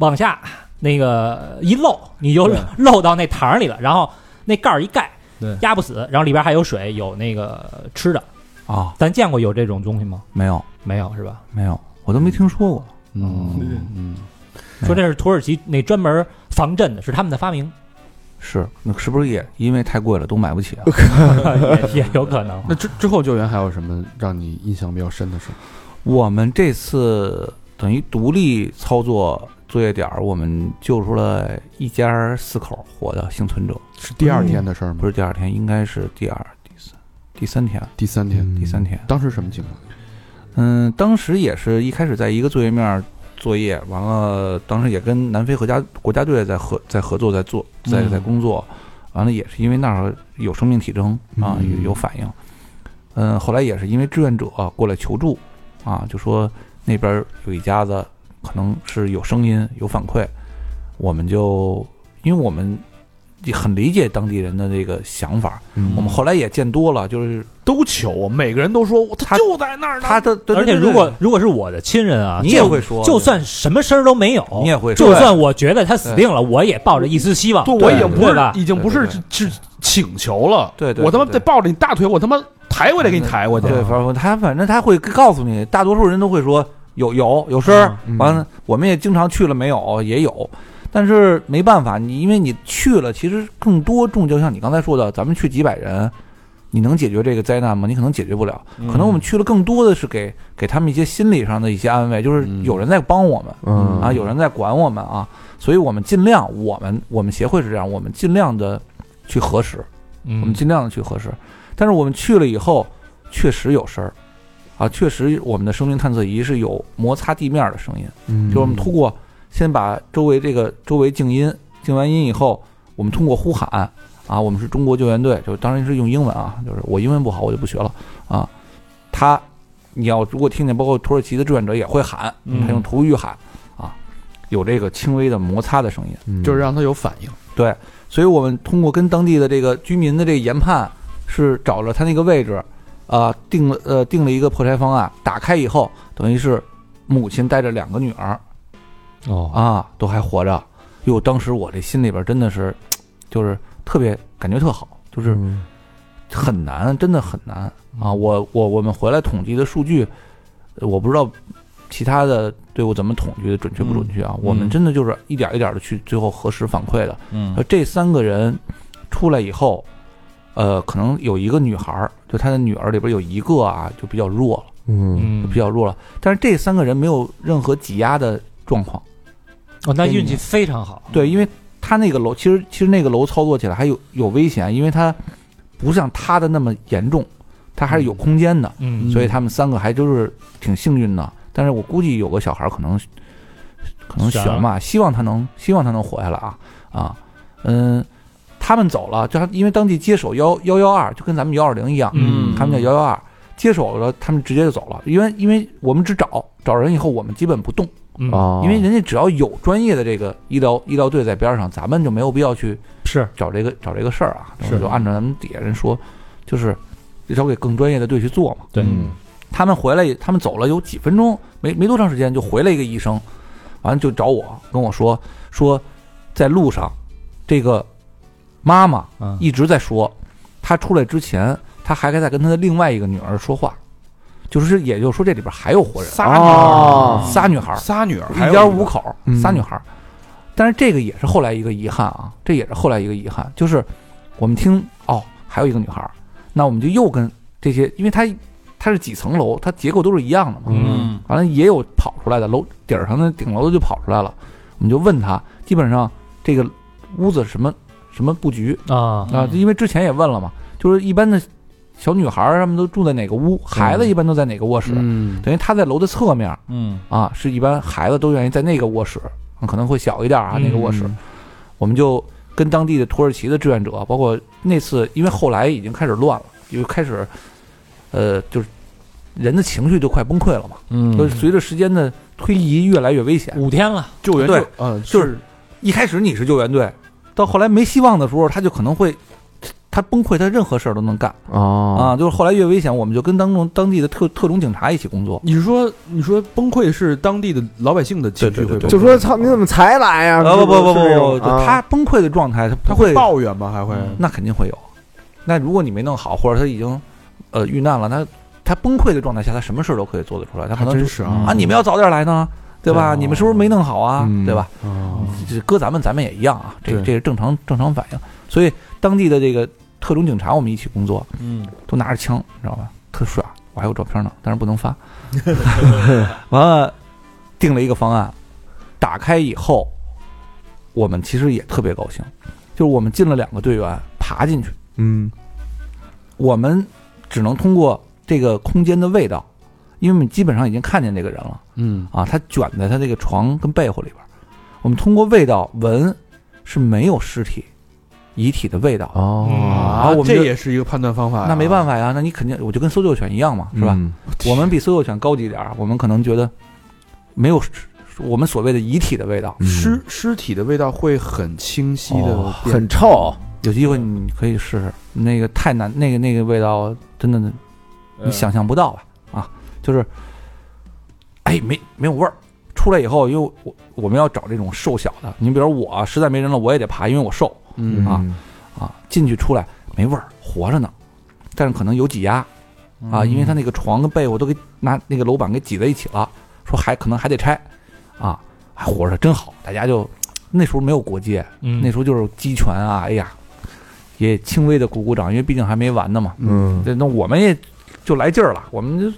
往下那个一漏，你就
对
漏到那膛里了，然后那盖儿一盖
对，
压不死，然后里边还有水，有那个吃的。
啊，
咱见过有这种东西吗？
没有
没有是吧？
没有，我都没听说过。
嗯嗯，
没有
说这是土耳其那专门防震的，是他们的发明，
是，那是不是也因为太贵了，都买不起 啊？
也也有可能。
那之之后救援还有什么让你印象比较深的事儿？
我们这次等于独立操作作业点儿，我们救出了一家四口活的幸存者，
是第二天的事儿吗？
不是第二天，应该是第二、第三、第三天，
第三天，
第三天。
当时什么情况？
嗯，当时也是一开始在一个作业面儿作业，完了，当时也跟南非国家国家队在合在合作，在做在
嗯
在工作，完了也是因为那儿有生命体征啊，
嗯
有有反应。嗯，后来也是因为志愿者啊过来求助啊，就说那边儿有一家子可能是有声音有反馈，我们就因为我们也很理解当地人的这个想法，我们后来也见多了，就是
都求，每个人都说他
他
就在那儿呢。
他的，对
而且
对
如
对对
果如果是我的亲人啊，
你也
就
会说，
就算什么声儿都没有，
你也会说
就算我觉得他死定了，我也抱着一丝希望。
对，我
对
也不
对
是
吧，
已经不是
对
是请求了。
对对
我他妈
对嗯
得抱着你大腿，我他妈抬回来给你抬过去。
对，反正他反正他会告诉你，大多数人都会说有有有声儿，
嗯
完了我们也经常去了没有也有，但是没办法，你因为你去了，其实更多重就像你刚才说的，咱们去几百人，你能解决这个灾难吗？你可能解决不了，
嗯
嗯
可能我们去了更多的是给给他们一些心理上的一些安慰，就是
嗯
有人在帮我们。
嗯
啊，有人在管我们啊，所以我们尽量，我们我们协会是这样，我们尽量的去核实，我们
嗯，
尽量的去核实。但是我们去了以后，确实有声儿，啊，确实我们的生命探测仪是有摩擦地面的声音，就是我们通过先把周围这个周围静音，静完音以后，我们通过呼喊啊，我们是中国救援队，就当然是用英文啊，就是我英文不好我就不学了啊，他。你要如果听见，包括土耳其的志愿者也会喊，他用土语喊啊，有这个轻微的摩擦的声音。
就是让他有反应。
对，所以我们通过跟当地的这个居民的这个研判，是找了他那个位置，啊、定了呃定了一个破拆方案。打开以后，等于是母亲带着两个女儿
哦，
啊，都还活着。哟，当时我这心里边真的是，就是特别感觉特好，就是很难，真的很难
嗯
啊！我我我们回来统计的数据，呃我不知道其他的队伍怎么统计的准确不准确啊。我们真的就是一点一点的去最后核实反馈的。
嗯
呃，这三个人出来以后，呃，可能有一个女孩儿，就她的女儿里边有一个啊，就比较弱了，
嗯
嗯
就比较弱了。但是这三个人没有任何挤压的状况，
哦，那运气非常好。
对，因为他那个楼其实其实那个楼操作起来还有有危险，因为它不像他的那么严重，它还是有空间的，
嗯
所以他们三个还就是挺幸运的，但是我估计有个小孩儿可能可能
悬
悬吧，希望他能希望他能活下来啊啊，嗯，他们走了，就他因为当地接手幺幺幺二，就跟咱们幺二零一样，
嗯
他们叫幺幺二，接手了，他们直接就走了，因为因为我们只找找人以后，我们基本不动，
嗯
哦，
因为人家只要有专业的这个医疗医疗队在边上，咱们就没有必要去
是
找这个找这个事儿啊，
是
就按照咱们底下人说，就是交给更专业的队去做嘛。
对
嗯
他们回来，他们走了有几分钟，没没多长时间就回来一个医生，完了就找我跟我说说，在路上，这个妈妈
嗯
一直在说，她出来之前，她还在跟她的另外一个女儿说话，就是也就是说这里边还有活人，
仨
哦
仨女孩儿，
仨女儿，还
一
有
家
一
五
个嗯
口，仨女孩儿。但是这个也是后来一个遗憾啊，这也是后来一个遗憾，就是我们听哦，还有一个女孩儿，那我们就又跟这些，因为它它是几层楼，它结构都是一样的嘛。
嗯
完了也有跑出来的，楼顶儿上的顶楼的就跑出来了，我们就问他，基本上这个屋子什么什么布局
嗯
啊
啊，因为之前也问了嘛，就是一般的小女孩儿她们都住在哪个屋，孩子一般都在哪个卧室，
嗯
等于他在楼的侧面，
嗯
啊，是一般孩子都愿意在那个卧室，嗯可能会小一点啊，
嗯
那个卧室，我们就跟当地的土耳其的志愿者，包括那次，因为后来已经开始乱了，因为开始，呃，就是人的情绪就快崩溃了嘛，
嗯
就是随着时间的推移越来越危险。
五天了，
救援
对
队，呃，
就是一开始你是救援队，到后来没希望的时候，他就可能会。他崩溃，他任何事儿都能干
哦
啊！就是后来越危险，我们就跟当中当地的特特种警察一起工作。
你是说你说崩溃是当地的老百姓的情绪
对对
会崩
对
溃，
就说操，你怎么才来呀？是
啊不
是
不不不
是这种
不，就
啊
他崩溃的状态，他
他
他会
会抱怨吗？还会
嗯
那肯定会有。那如果你没弄好，或者他已经呃遇难了，那他崩溃的状态下，他什么事儿都可以做得出来。他可
还
能
真
就是
啊
啊，你们要早点来呢，对吧？
对哦
你们是不是没弄好啊？
嗯
对吧？
哦
这搁咱们，咱们也一样啊，这
对
这是正常正常反应。所以当地的这个特种警察，我们一起工作，
嗯
都拿着枪，你知道吧？特帅，我还有照片呢，但是不能发。完了，定了一个方案，打开以后，我们其实也特别高兴，就是我们进了两个队员，爬进去。
嗯
我们只能通过这个空间的味道，因为我们基本上已经看见这个人了
嗯
啊，他卷在他这个床跟被窝里边儿，我们通过味道闻是没有尸体、遗体的味道，
哦，
啊我们
这
就
也是一个判断方法呀，啊
那没办法呀，那你肯定我就跟搜救犬一样嘛，是吧？
嗯？
我们比搜救犬高级点儿，我们可能觉得没有我们所谓的遗体的味道。
嗯
尸尸体的味道会很清晰的
哦，很臭，
有机会你可以试试，那个太难，那个那个味道真的你想象不到吧？啊，就是，哎，没没有味儿。出来以后，因为我我们要找这种瘦小的，你比如我啊实在没人了，我也得爬，因为我瘦
嗯
啊啊。进去出来没味儿，活着呢，但是可能有挤压啊，因为他那个床跟被窝都给拿那个楼板给挤在一起了，说还可能还得拆啊，还活着真好，大家就那时候没有国界，
嗯
那时候就是鸡拳啊，哎呀，也轻微的鼓鼓掌，因为毕竟还没完呢嘛。
嗯
对，那我们也就来劲儿了，我们就，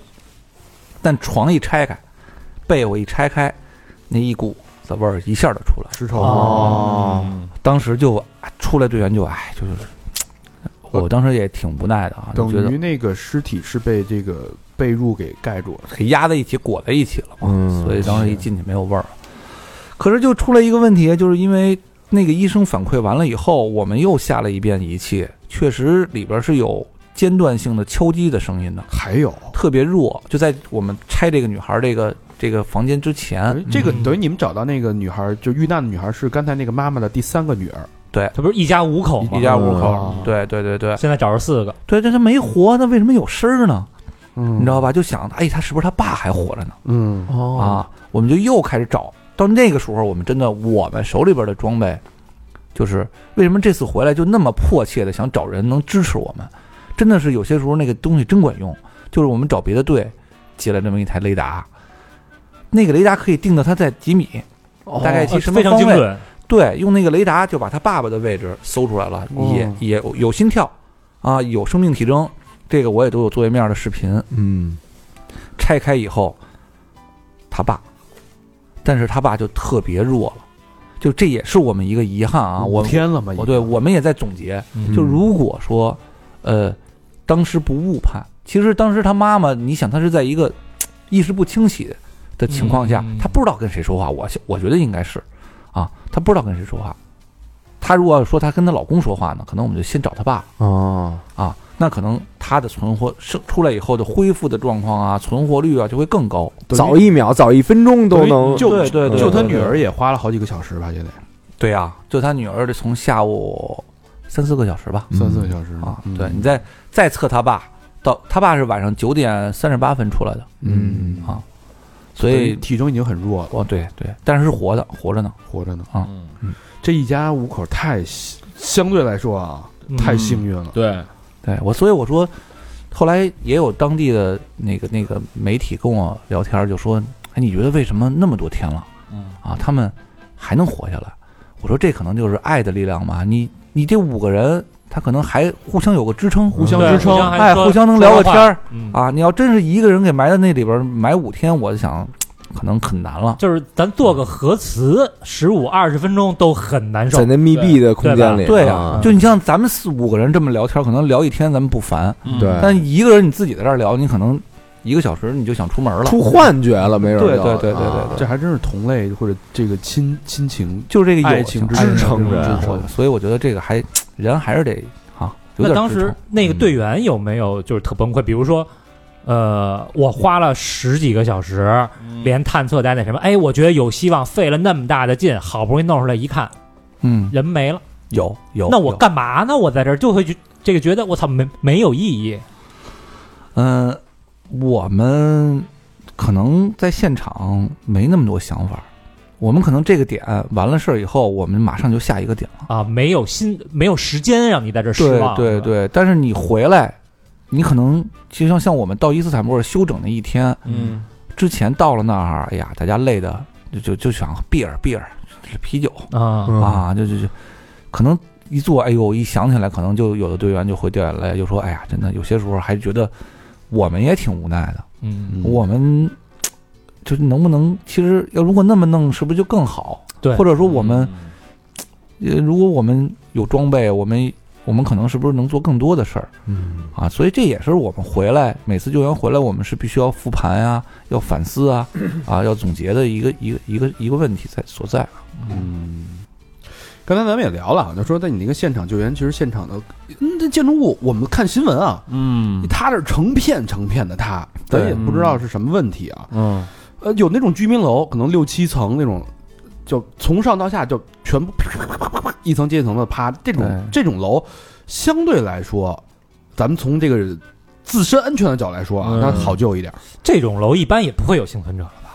但床一拆开，被窝一拆开，那一股子味儿一下就出来了。
尸臭
哦，
当时就哎出来队员就哎，就是，我当时也挺无奈的啊，就
等
觉得
于那个尸体是被这个被褥给盖住了，
给压在一起，裹在一起了嘛。
嗯
所以当时一进去没有味儿。可是就出来一个问题，就是因为那个医生反馈完了以后，我们又下了一遍仪器，确实里边是有间断性的敲击的声音的。
还有。
特别弱，就在我们拆这个女孩儿这个这个房间之前，
哎这个等于你们找到那个女孩，就遇难的女孩是刚才那个妈妈的第三个女儿，
他不是一家五口吗
一？家五口
哦，
对对对对
现在找着四个，
对，但是没活，那为什么有声儿呢？
嗯
你知道？吧？就想，哎，他是不是他爸还活着呢？
嗯，
哦
啊，我们就又开始找。到那个时候，我们真的，我们手里边的装备，就是为什么这次回来就那么迫切的想找人能支持我们，真的是有些时候那个东西真管用。就是我们找别的队借了这么一台雷达，那个雷达可以定到他在几米，
哦
啊大概其
呃
实什么
非常
方
精
位
准，
对，用那个雷达就把他爸爸的位置搜出来了，
哦
也也有心跳啊，有生命体征，这个我也都有作业面的视频。
嗯
拆开以后，他爸，但是他爸就特别弱了，就这也是我们一个遗憾啊。
五
我
天了嘛，已经
我对我们也在总结，
嗯
就如果说，呃，当时不误判，其实当时他妈妈，你想他是在一个意识不清晰、的情况下，
嗯
他不知道跟谁说话。我我觉得应该是啊，他不知道跟谁说话。他如果要说他跟她老公说话呢，可能我们就先找他爸
哦，
啊，那可能他的存活是出来以后的恢复的状况啊，存活率啊就会更高。
早一秒、早一分钟都能
就
对对对
就他
对
女儿也花了好几个小时吧，现在
对呀、
啊
就他女儿得从下午三四个小时吧
三四个小时
啊，
嗯
对你再再测他爸到他爸是晚上九点三十八分出来的，
嗯
啊
所
所
以
以
体征已经很弱了，
哦对对，但是是活的活着呢。
活着呢。
嗯，
这一家五口太幸相对来说啊，
嗯
太幸运了。
对，
对我，所以我说，后来也有当地的那个那个媒体跟我聊天儿，就说：“哎，你觉得为什么那么多天了
嗯
啊，他们还能活下来？”我说：“这可能就是爱的力量吧。你你这五个人，他可能还互相有个支撑，
嗯
互
对
相
互
支撑，
相还
哎，
说
互相能聊个天儿，
嗯
啊。你要真是一个人给埋在那里边儿埋五天，我就想，可能很难了。
就是咱做个核磁，十五二十分钟都很难受
在。那密闭的空间里，
对
啊，
就你像咱们四五个人这么聊天儿，可能聊一天咱们不烦，
嗯
对
但一个人你自己在这儿聊，你可能一个小时你就想出门了。
出幻觉了，没准
对
就
对对对对
啊
对
这还真是同类或者这个亲亲情
就是这个
爱
友
情之
爱
支撑
间的这种
着
支
我啊所以我觉得这个还人还是得啊，
那
有点嗯
当
支撑
时那个队员有没有就是特崩溃？比如说，呃，我花了十几个小时，
嗯
连探测带那什么，哎，我觉得有希望，费了那么大的劲，好不容易弄出来，一看
嗯
人没了，
有有，
那我
有
干嘛呢？我在这儿就会觉这个觉得我操没没有意义。
嗯、我们可能在现场没那么多想法，我们可能这个点完了事儿以后，我们马上就下一个点了。
啊，没有心，没有时间让你在这儿失
对
望。啊
对对，但是你回来，你可能就像像我们到伊斯坦布尔休整那一天
嗯
之前到了那儿，哎呀，大家累的就就就想避尔避尔啤酒，
啊，
嗯
啊，就就就，可能一做，哎呦，一想起来，可能就有的队员就会掉眼泪，就说，哎呀，真的，有些时候还觉得我们也挺无奈的，
嗯，
我们就是能不能，其实要如果那么弄，是不是就更好？
对
或者说我们，呃，如果我们有装备，我们我们可能是不是能做更多的事儿
嗯
啊？所以这也是我们回来每次救援回来，我们是必须要复盘呀、要反思啊，啊，要总结的一个一个一个一个问题在所在。啊
嗯，刚才咱们也聊了，就说在你那个现场救援，其实现场的嗯，这建筑物，我们看新闻啊，
嗯
它这成片成片的塌，咱
对
也不知道是什么问题啊。
嗯
呃，有那种居民楼，可能六七层那种，就从上到下就全部一层接一层的趴，这种
对
这种楼，相对来说，咱们从这个自身安全的角度来说啊，
嗯
它好救一点。
这种楼一般也不会有幸存者了吧？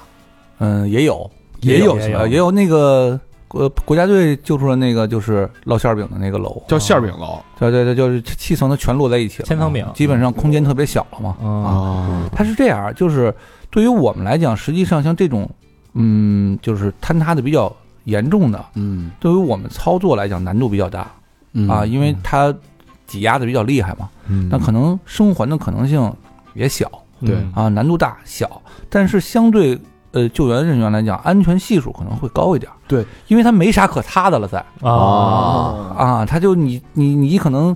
嗯，也有，
也
有
呃，也有那个国国家队救出了那个就是烙馅儿饼的那个楼，
叫馅儿饼楼
对对对，就是七层的全摞在一起了嘛，
千层饼
基本上空间特别小了嘛。
啊，
啊，
它是这样，就是对于我们来讲，实际上像这种，嗯，就是坍塌的比较严重的，
嗯
对于我们操作来讲难度比较大
嗯
啊，因为它挤压的比较厉害嘛，
嗯
那可能生还的可能性也小
对
嗯
啊，难度大小，但是相对呃救援人员来讲，安全系数可能会高一点。
对，嗯
因为它没啥可擦的了，在。
啊，
啊，
啊，它就你你你可能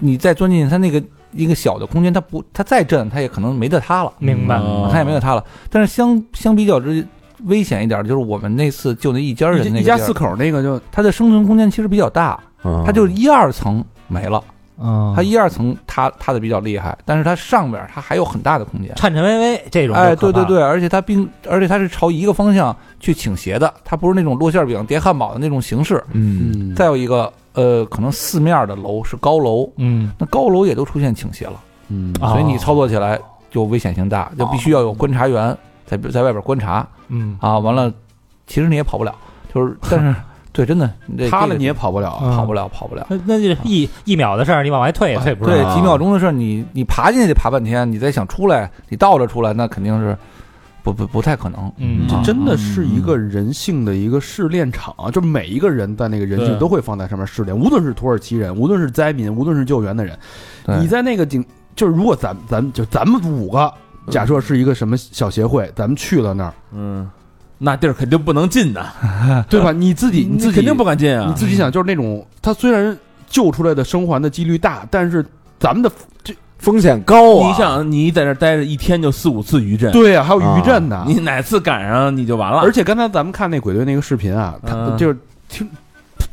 你再钻进它那个一个小的空间，它不它再震，它也可能没得它了，
明白。
嗯
它也没得它了。但是相相比较之危险一点，就是我们那次就那一家人
一
那
家
个
一家
地儿
四，口那个就嗯
它的生存空间其实比较大，
它
它就一二层没了，
啊
它一二层塌塌的比较厉害，但是它上边儿它还有很大的空间。
颤颤巍巍这种，
哎，对对，对，而且它并而且它是朝一个方向去倾斜的，它不是那种落馅饼叠汉堡的那种形式。
嗯
嗯
再有一个，呃，可能四面的楼是高楼，
嗯，
那高楼也都出现倾斜了，
嗯
啊
所以你操作起来就危险性大，就必须要有观察员在在外边观察
嗯
啊。完了，其实你也跑不了，就是 但是对，真的你这
塌
这
了
个
你也跑不了啊。
嗯
跑不了，跑不了。
那那就是一一秒的事儿，你往外退也退不出
对
来。
啊，
几秒钟的事儿，你你爬进去得爬半天，你再想出来，你倒着出来，那肯定是不不不太可能。
嗯，
这
啊
真的是一个人性的一个试炼场，啊就每一个人在那个人性
对
都会放在上面试炼，无论是土耳其人，无论是灾民，无论是救援的人，
对
你在那个景，就是如果咱咱就咱们五个，假设是一个什么小协会，咱们去了那儿，
嗯，那地儿肯定不能进的，
对吧？你自己
啊你
自己
肯定不敢进啊
你，自己想，就是那种他虽然救出来的生还的几率大，但是咱们的这
风险高啊。
你想，你在这待着一天就四五次余震，
对啊，还有余震呢。
你哪次赶上你就完了。
而且刚才咱们看那鬼队那个视频啊，他
嗯
就是听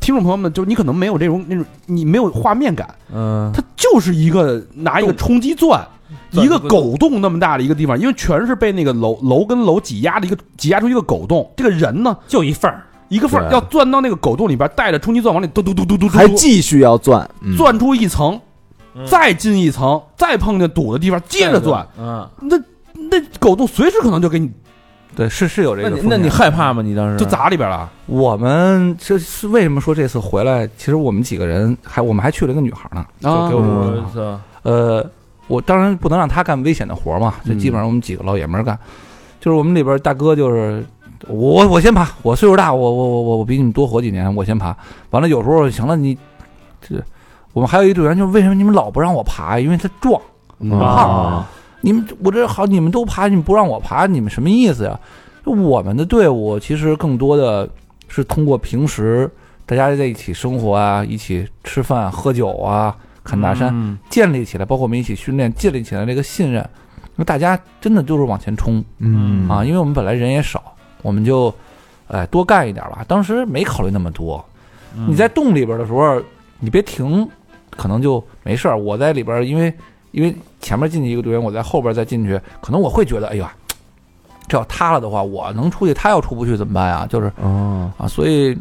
听众朋友们，就是你可能没有这种那种你没有画面感，
嗯，
它就是一个拿一个冲击钻。
钻
一个
不动
狗洞那么大的一个地方，因为全是被那个楼楼跟楼挤压的一个挤压出一个狗洞。这个人呢，
就一份儿，
一个缝儿
对
要钻到那个狗洞里边，带着冲击钻往里嘟嘟嘟嘟嘟嘟，
还继续要钻，嗯
钻出一层，再进一层，再碰见堵的地方，接着钻。，
嗯，
那那狗洞随时可能就给你
对，是是有这
那
个
你
风
那
险
你害怕吗？你当时
就砸里边了。
我们这是为什么说这次回来？其实我们几个人还我们还去了一个女孩呢。
啊
就给
嗯
我操，
呃，我当然不能让她干危险的活嘛，这基本上我们几个老爷们儿干。就是我们里边大哥就是我我先爬，我岁数大，我我我我我比你们多活几年，我先爬。完了有时候行了，你这我们还有一队员就是为什么你们老不让我爬？因为他壮。
嗯
嗯哦
啊，
你们我这好，你们都爬，你们不让我爬，你们什么意思呀？我们的队伍其实更多的是通过平时大家在一起生活啊，一起吃饭、喝酒啊、看大山、
嗯
建立起来，包括我们一起训练建立起来这个信任，那大家真的就是往前冲
嗯
啊！因为我们本来人也少，我们就哎多干一点吧。当时没考虑那么多，
嗯
你在洞里边的时候，你别停，可能就没事儿。我在里边，因为因为前面进去一个队员，我在后边再进去，可能我会觉得，哎呀，这要塌了的话，我能出去，他要出不去怎么办呀？就是
哦，
啊，所以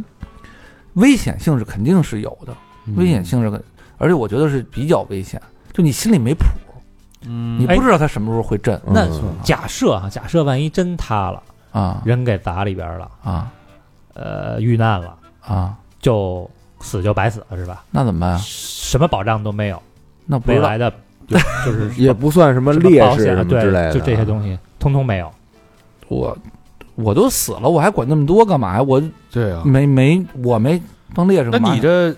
危险性是肯定是有的，危险性是肯，而且我觉得是比较危险，就你心里没谱，
嗯
你不知道他什么时候会震
那
嗯
假设啊，假设万一真塌了，
啊
人给砸里边了，
啊
呃，遇难了，
啊，
就死就白死了是吧？
那怎么
啊
办呀？
什么保障都没有，
那不
未
知道
来 的就就是
也不算什么
什么
劣
保
势
险
什
啊
么
对，
之类的，啊
就这些东西通通没有。
我我都死了，我还管那么多干嘛呀？我
对啊，
没没，我没当烈士
那
干嘛呀。
你这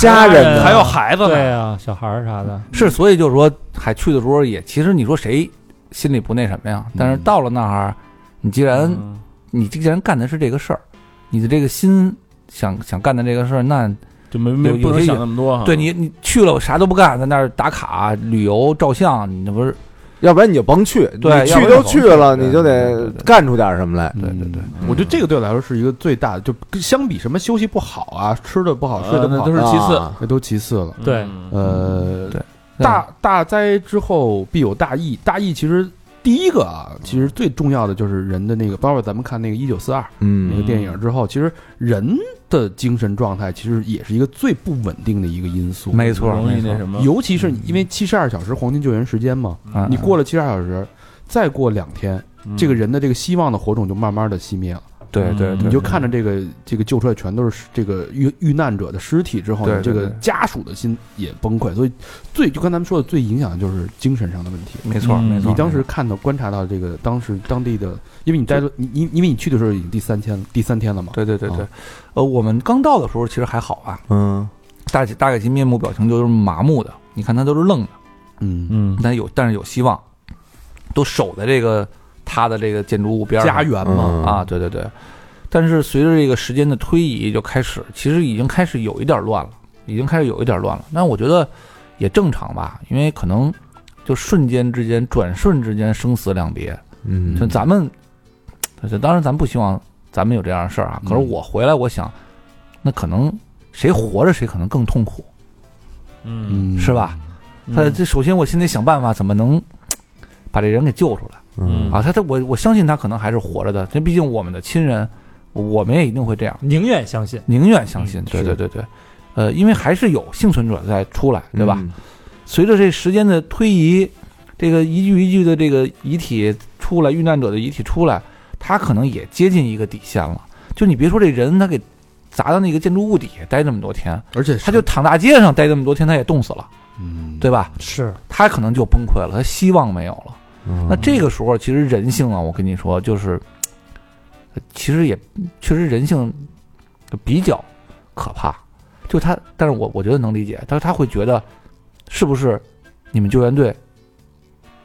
家人呢
还有孩子
对
呢，
啊，小孩儿啥的，
是，所以就是说，还去的时候也，其实你说谁心里不那什么呀？但是
嗯
到了那儿，你既然、你既然干的是这个事儿，你的这个心想想干的这个事儿，
嗯
那
就没没
有
不
有
能
些
想那么多哈。
对你你去了啥都不干，在那儿打卡、旅游、照相，你这不是
要不然你就甭去，
对
你
要
去
不然
都
就
去
甭去
了，
对
你就
对
得
对对
干出点什么
嗯
来。
对对对，
我觉得这个对我来说是一个最大的，就跟相比什么休息不好啊，吃的不
嗯
好，睡
呃
得不
那
好，
都是其次。
啊
那都其次了。
对
嗯
呃，
对
大大灾之后必有大疫，大疫其实第一个啊，其实最重要的就是人的那个，包括咱们看那个《一九四二》那个
嗯
电影之后，其实人的精神状态其实也是一个最不稳定的一个因素。
没错
容易
没
那
错
什，么。
尤其是因为七十二小时黄金救援时间嘛，
嗯
你过了七十二小时，再过两天，
嗯
这个人的这个希望的火种就慢慢的熄灭了。嗯
对对对，
你就看着这个这个救出来全都是这个遇遇难者的尸体之后，
对
你这
对
个
对
家属的心也崩溃。所以最就刚才咱们说的最影响的就是精神上的问题。
没错
嗯
没错，
你当时看到观察到这个当时当地的，因为你待了你你因为你去的时候已经第三天第三天了嘛，
对对对对
啊，
呃，我们刚到的时候其实还好啊，
嗯，
大概大概其面部表情就是麻木的，你看他都是愣的。
嗯，
嗯
但有但是有希望，都守在这个他的这个建筑物边儿上
家园嘛，
嗯
啊，，对对对。但是随着这个时间的推移，就开始其实已经开始有一点乱了，已经开始有一点乱了。那我觉得也正常吧，因为可能就瞬间之间、转瞬之间生死两别。
嗯，
就咱们，就当然咱不希望咱们有这样的事儿啊。可是
嗯
我回来，我想，那可能谁活着谁可能更痛苦，
嗯，
嗯，
是吧？他这首先我先得想办法怎么能把这人给救出来
嗯
啊！他他我我相信他可能还是活着的，这毕竟我们的亲人，我们也一定会这样，
宁愿相信。
宁愿相信。
嗯
对
是
对对对，呃，因为还是有幸存者在出来，对吧？？
嗯
随着这时间的推移，这个一具一具的这个遗体出来，遇难者的遗体出来，他可能也接近一个底线了。就你别说这人，他给砸到那个建筑物底下待那么多天，
而且是
他就躺大街上待那么多天，他也冻死了，
嗯，
对吧？
是，
他可能就崩溃了，他希望没有了。
嗯
那这个时候，其实人性啊，我跟你说，就是，呃其实也确实人性比较可怕。就他，但是我我觉得能理解，但是他会觉得，是不是你们救援队，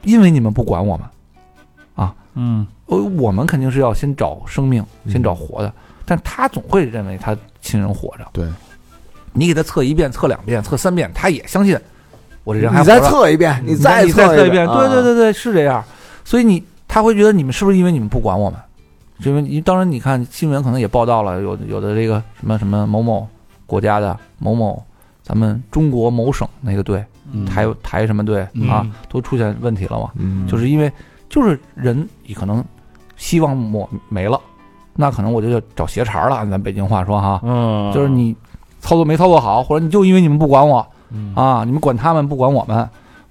因为你们不管我们，
嗯
呃，我们肯定是要先找生命，
嗯
先找活的，但他总会认为他亲人活着。
对，
你给他测一遍、测两遍、测三遍，他也相信我这人还
你
活
再
着。
测一遍，
你
再
你再测
一
一遍，对对
啊，
对对，是这样。所以你他会觉得你们是不是因为你们不管我们？因为你当然你看新闻可能也报道了，有有的这个什么什么某某国家的某某，咱们中国某省那个队，
嗯
台台什么队啊，
嗯
都出现问题了嘛？
嗯，
就是因为就是人你可能希望抹没了，那可能我就要找斜茬儿了，按咱北京话说哈，
嗯，
就是你操作没操作好，或者你就因为你们不管我，
嗯
啊，你们管他们不管我们，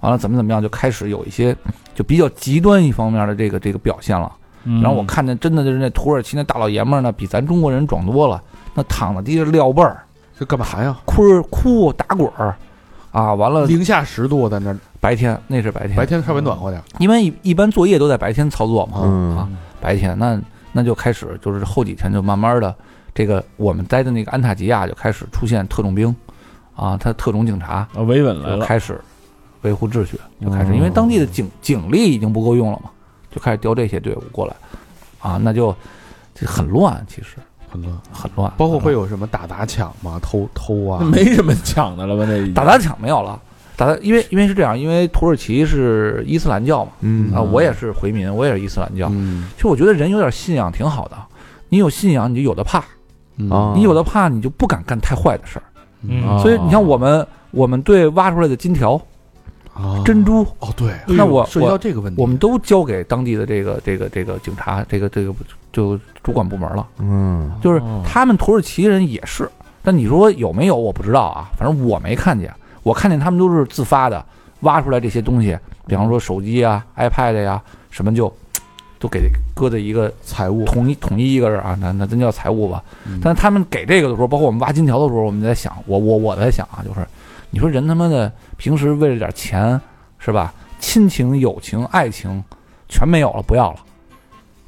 完了怎么怎么样，就开始有一些就比较极端一方面的这个这个表现了。
嗯，
然后我看见真的就是那土耳其那大老爷们儿呢，比咱中国人壮多了，那躺在地上撂背儿，
这干嘛呀？
哭哭打滚儿，啊，完了
零下十度，我在那儿
白天那是白天，
白天稍微暖和点儿，
因为一一般作业都在白天操作嘛，
嗯
啊，白天那那就开始就是后几天就慢慢的，这个我们待的那个安塔吉亚就开始出现特种兵，啊，他特种警察，
啊维稳来
就
了，
开始维护秩序，就开始，
哦
因为当地的警警力已经不够用了嘛，就开始调这些队伍过来，啊，那就这很乱，其实
很乱。
很乱，
包括会
有
有什么打砸抢嘛、偷偷啊，
没什么抢的了吧？那已经
打砸抢没有了，打砸，因为因为是这样，因为土耳其是伊斯兰教嘛，
嗯
啊，我也是回民，我也是伊斯兰教，
嗯
其实我觉得人有点信仰挺好的，你有信仰你就有的怕，
嗯
啊，
啊，
你有的怕你就不敢干太坏的事儿，
哦
嗯
所以你像我们我们队挖出来的金条、
嗯
珍珠。
哦对，
那我
涉及到这个问题，
我们都交给当地的这个这个这个警察，这个这个就主管部门了。
嗯
就是
哦
他们土耳其人也是，但你说有没有我不知道啊，反正我没看见，我看见他们都是自发的挖出来这些东西，比方说手机啊、iPad 呀、什么就都给搁在一个
财务
统一统一一个人啊，那那真叫财务吧
嗯。
但是他们给这个的时候，包括我们挖金条的时候，我们在想，我我我在想啊，就是你说人他妈的平时为了点钱是吧？亲情、友情、爱情全没有了，不要了。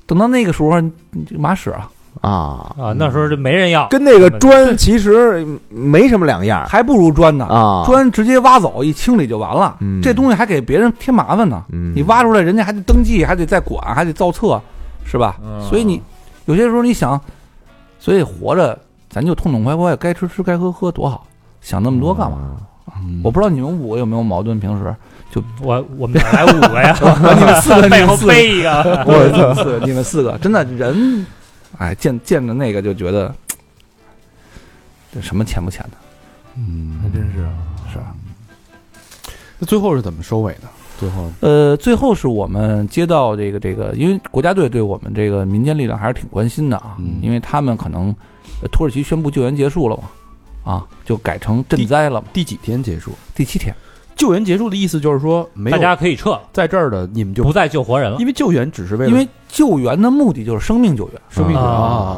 等到那个时候，你你马使啊，
啊，
啊，那时候就没人要，
跟那个砖其实没什么两样
还不如砖呢。
啊，
砖直接挖走一清理就完了，
嗯
这东西还给别人添麻烦呢。
嗯
你挖出来，人家还得登记，还得再管，还得造册，是吧？
嗯
所以你有些时候你想，所以活着咱就痛痛快快，该吃吃该喝喝多好，想那么多干嘛？
嘛？嗯
我不知道你们五个有没有矛盾，平 时
我我们哪来五个呀？
你 们四个，你
背
们
后
四个，
背一个，
我你们四个，你们四个，真的人，哎，见见着那个就觉得，这什么钱不钱的，
嗯，
还真是啊，
是吧？
那最后是怎么收尾的？最后
呃，最后是我们接到这个这个，因为国家队对我们这个民间力量还是挺关心的啊，
嗯
因为他们可能呃土耳其宣布救援结束了嘛，啊，就改成赈灾了嘛，
第几天结束？
第七天，
救援结束的意思就是说，没有
大家可以撤了，
在这儿的你们就
不再救活人了
因。为救援只是为了
因为救援的目的就是生命救援
生命
啊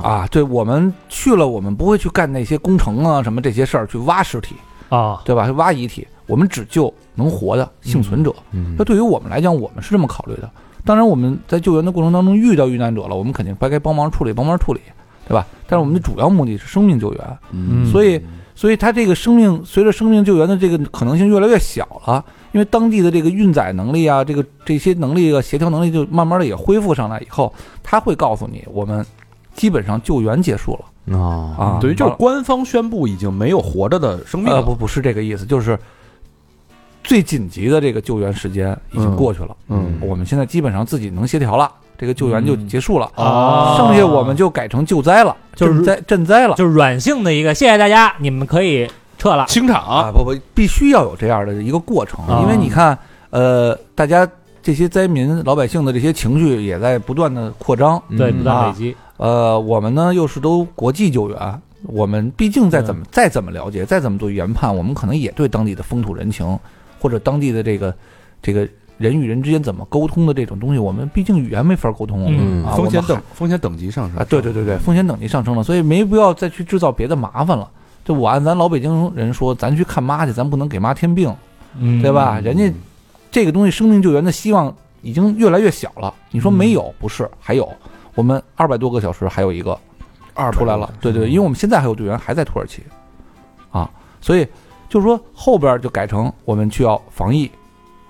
啊
啊，对我们去了，我们不会去干那些工程啊什么这些事儿，去挖尸体，
啊，
对吧？去挖遗体，我们只救能活的幸存者。
嗯
那对于我们来讲，我们是这么考虑的。当然，我们在救援的过程当中遇到遇难者了，我们肯定该该帮忙处理，帮忙处理，对吧？但是我们的主要目的是生命救援，
嗯
所以，所以它这个生命随着生命救援的这个可能性越来越小了，因为当地的这个运载能力啊，这个这些能力啊，协调能力就慢慢的也恢复上来以后，他会告诉你，我们基本上救援结束了
啊
嗯
啊，
等于就是
完了
官方宣布已经没有活着的生命
呃
了，
不不是这个意思，就是最紧急的这个救援时间已经
嗯
过去了。
嗯
我们现在基本上自己能协调了，这个救援就结束了，
啊
剩下我们就改成救灾了，
就是
赈灾赈灾了。
就是软性的一个，谢谢大家，你们可以撤了。
清场
啊，不不，必须要有这样的一个过程，
啊
因为你看，呃，大家这些灾民老百姓的这些情绪也在不断的扩张，
对，
嗯
不
啊
断累积，
呃，我们呢又是都国际救援，我们毕竟再怎么、再怎么了解，再怎么做研判，我们可能也对当地的风土人情或者当地的这个这个人与人之间怎么沟通的这种东西，我们毕竟语言没法沟通，
嗯
啊、
风险
我们
等风险等级上升
啊，对对对对，风险等级上升了，所以没必要再去制造别的麻烦了。就我按咱老北京人说，咱去看妈去，咱不能给妈添病，
嗯
对？吧？人家这个东西生命救援的希望已经越来越小了。你说没有？不是，还有我们二百多个小时还有一个
二
出来了，对对，因为我们现在还有队员还在土耳其，啊，所以就是说后边就改成我们去要防疫，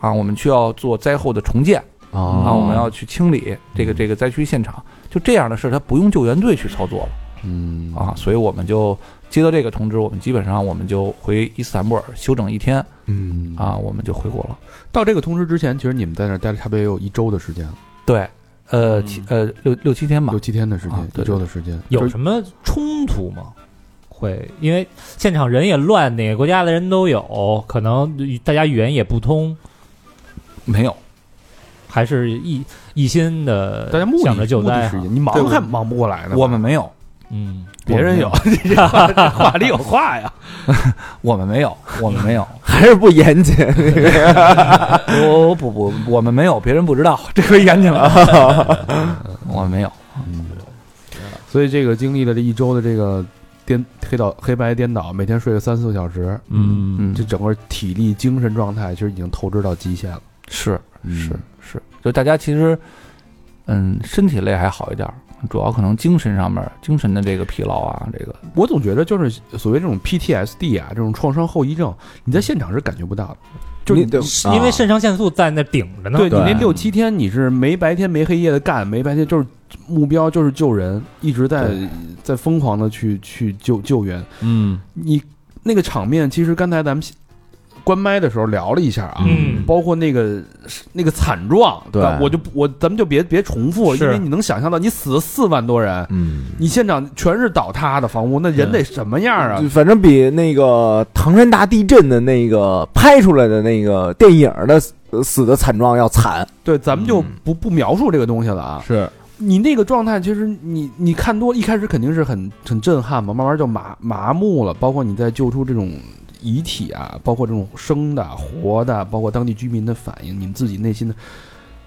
啊，我们去要做灾后的重建。啊，
啊
我们要去清理这个这个灾区现场，就这样的事，儿，它不用救援队去操作了
嗯
啊，所以我们就接到这个通知，我们基本上我们就回伊斯坦布尔休整一天
嗯
啊，我们就回国了。
到这个通知之前，其实你们在那儿待了差不多也有一周的时间，
对，呃，
嗯
七呃六六七天吧
六，七天的时
啊
间，
对
一周的时间。
有
就是
什么冲突吗？会，因为现场人也乱，哪个国家的人都有，可能大家语言也不通，
没有。
还是一一心的
大家目
想
的
着救
目的
灾
是
啊
一，样，你忙
对我
还忙不过来呢。
我们没有，
嗯，
别人有，
话里有话呀，
我们没有，我们没有，
还是不严谨。
我我不不，我们没有，别人不知道，这回严谨了。我们没有，
嗯所以这个经历了这一周的这个颠黑倒黑白颠倒，每天睡个三四个小时，
嗯
嗯
这，整个体力精神状态其实已经透支到极限了。
是是
嗯
是，就大家其实，嗯，身体累还好一点儿，主要可能精神上面儿精神的这个疲劳啊，这个
我总觉得就是所谓这种 PTSD 啊，这种创伤后遗症，你在现场是感觉不到的，就是
你对
是嗯因为肾上腺素在那顶着呢。
对你那
对
六七天，你是没白天没黑夜的干，没白天就是目标就是救人，一直在
对
在疯狂的去去救救援。
嗯
你那个场面，其实刚才咱们关麦的时候聊了一下啊，
嗯
包括那个那个惨状，
对
我就不我咱们就别别重复，
是
因为你能想象到，你死了四万多人，
嗯，
你现场全是倒塌的房屋，那人
嗯
得什么样啊？
就反正比那个唐山大地震的那个拍出来的那个电影的死呃死的惨状要惨。
对，咱们就
嗯
不不描述这个东西了啊。
是
你那个状态，其实你你看多，一开始肯定是很很震撼嘛，慢慢就麻麻木了。包括你在救出这种遗体啊，包括这种生的、活的，包括当地居民的反应，你们自己内心的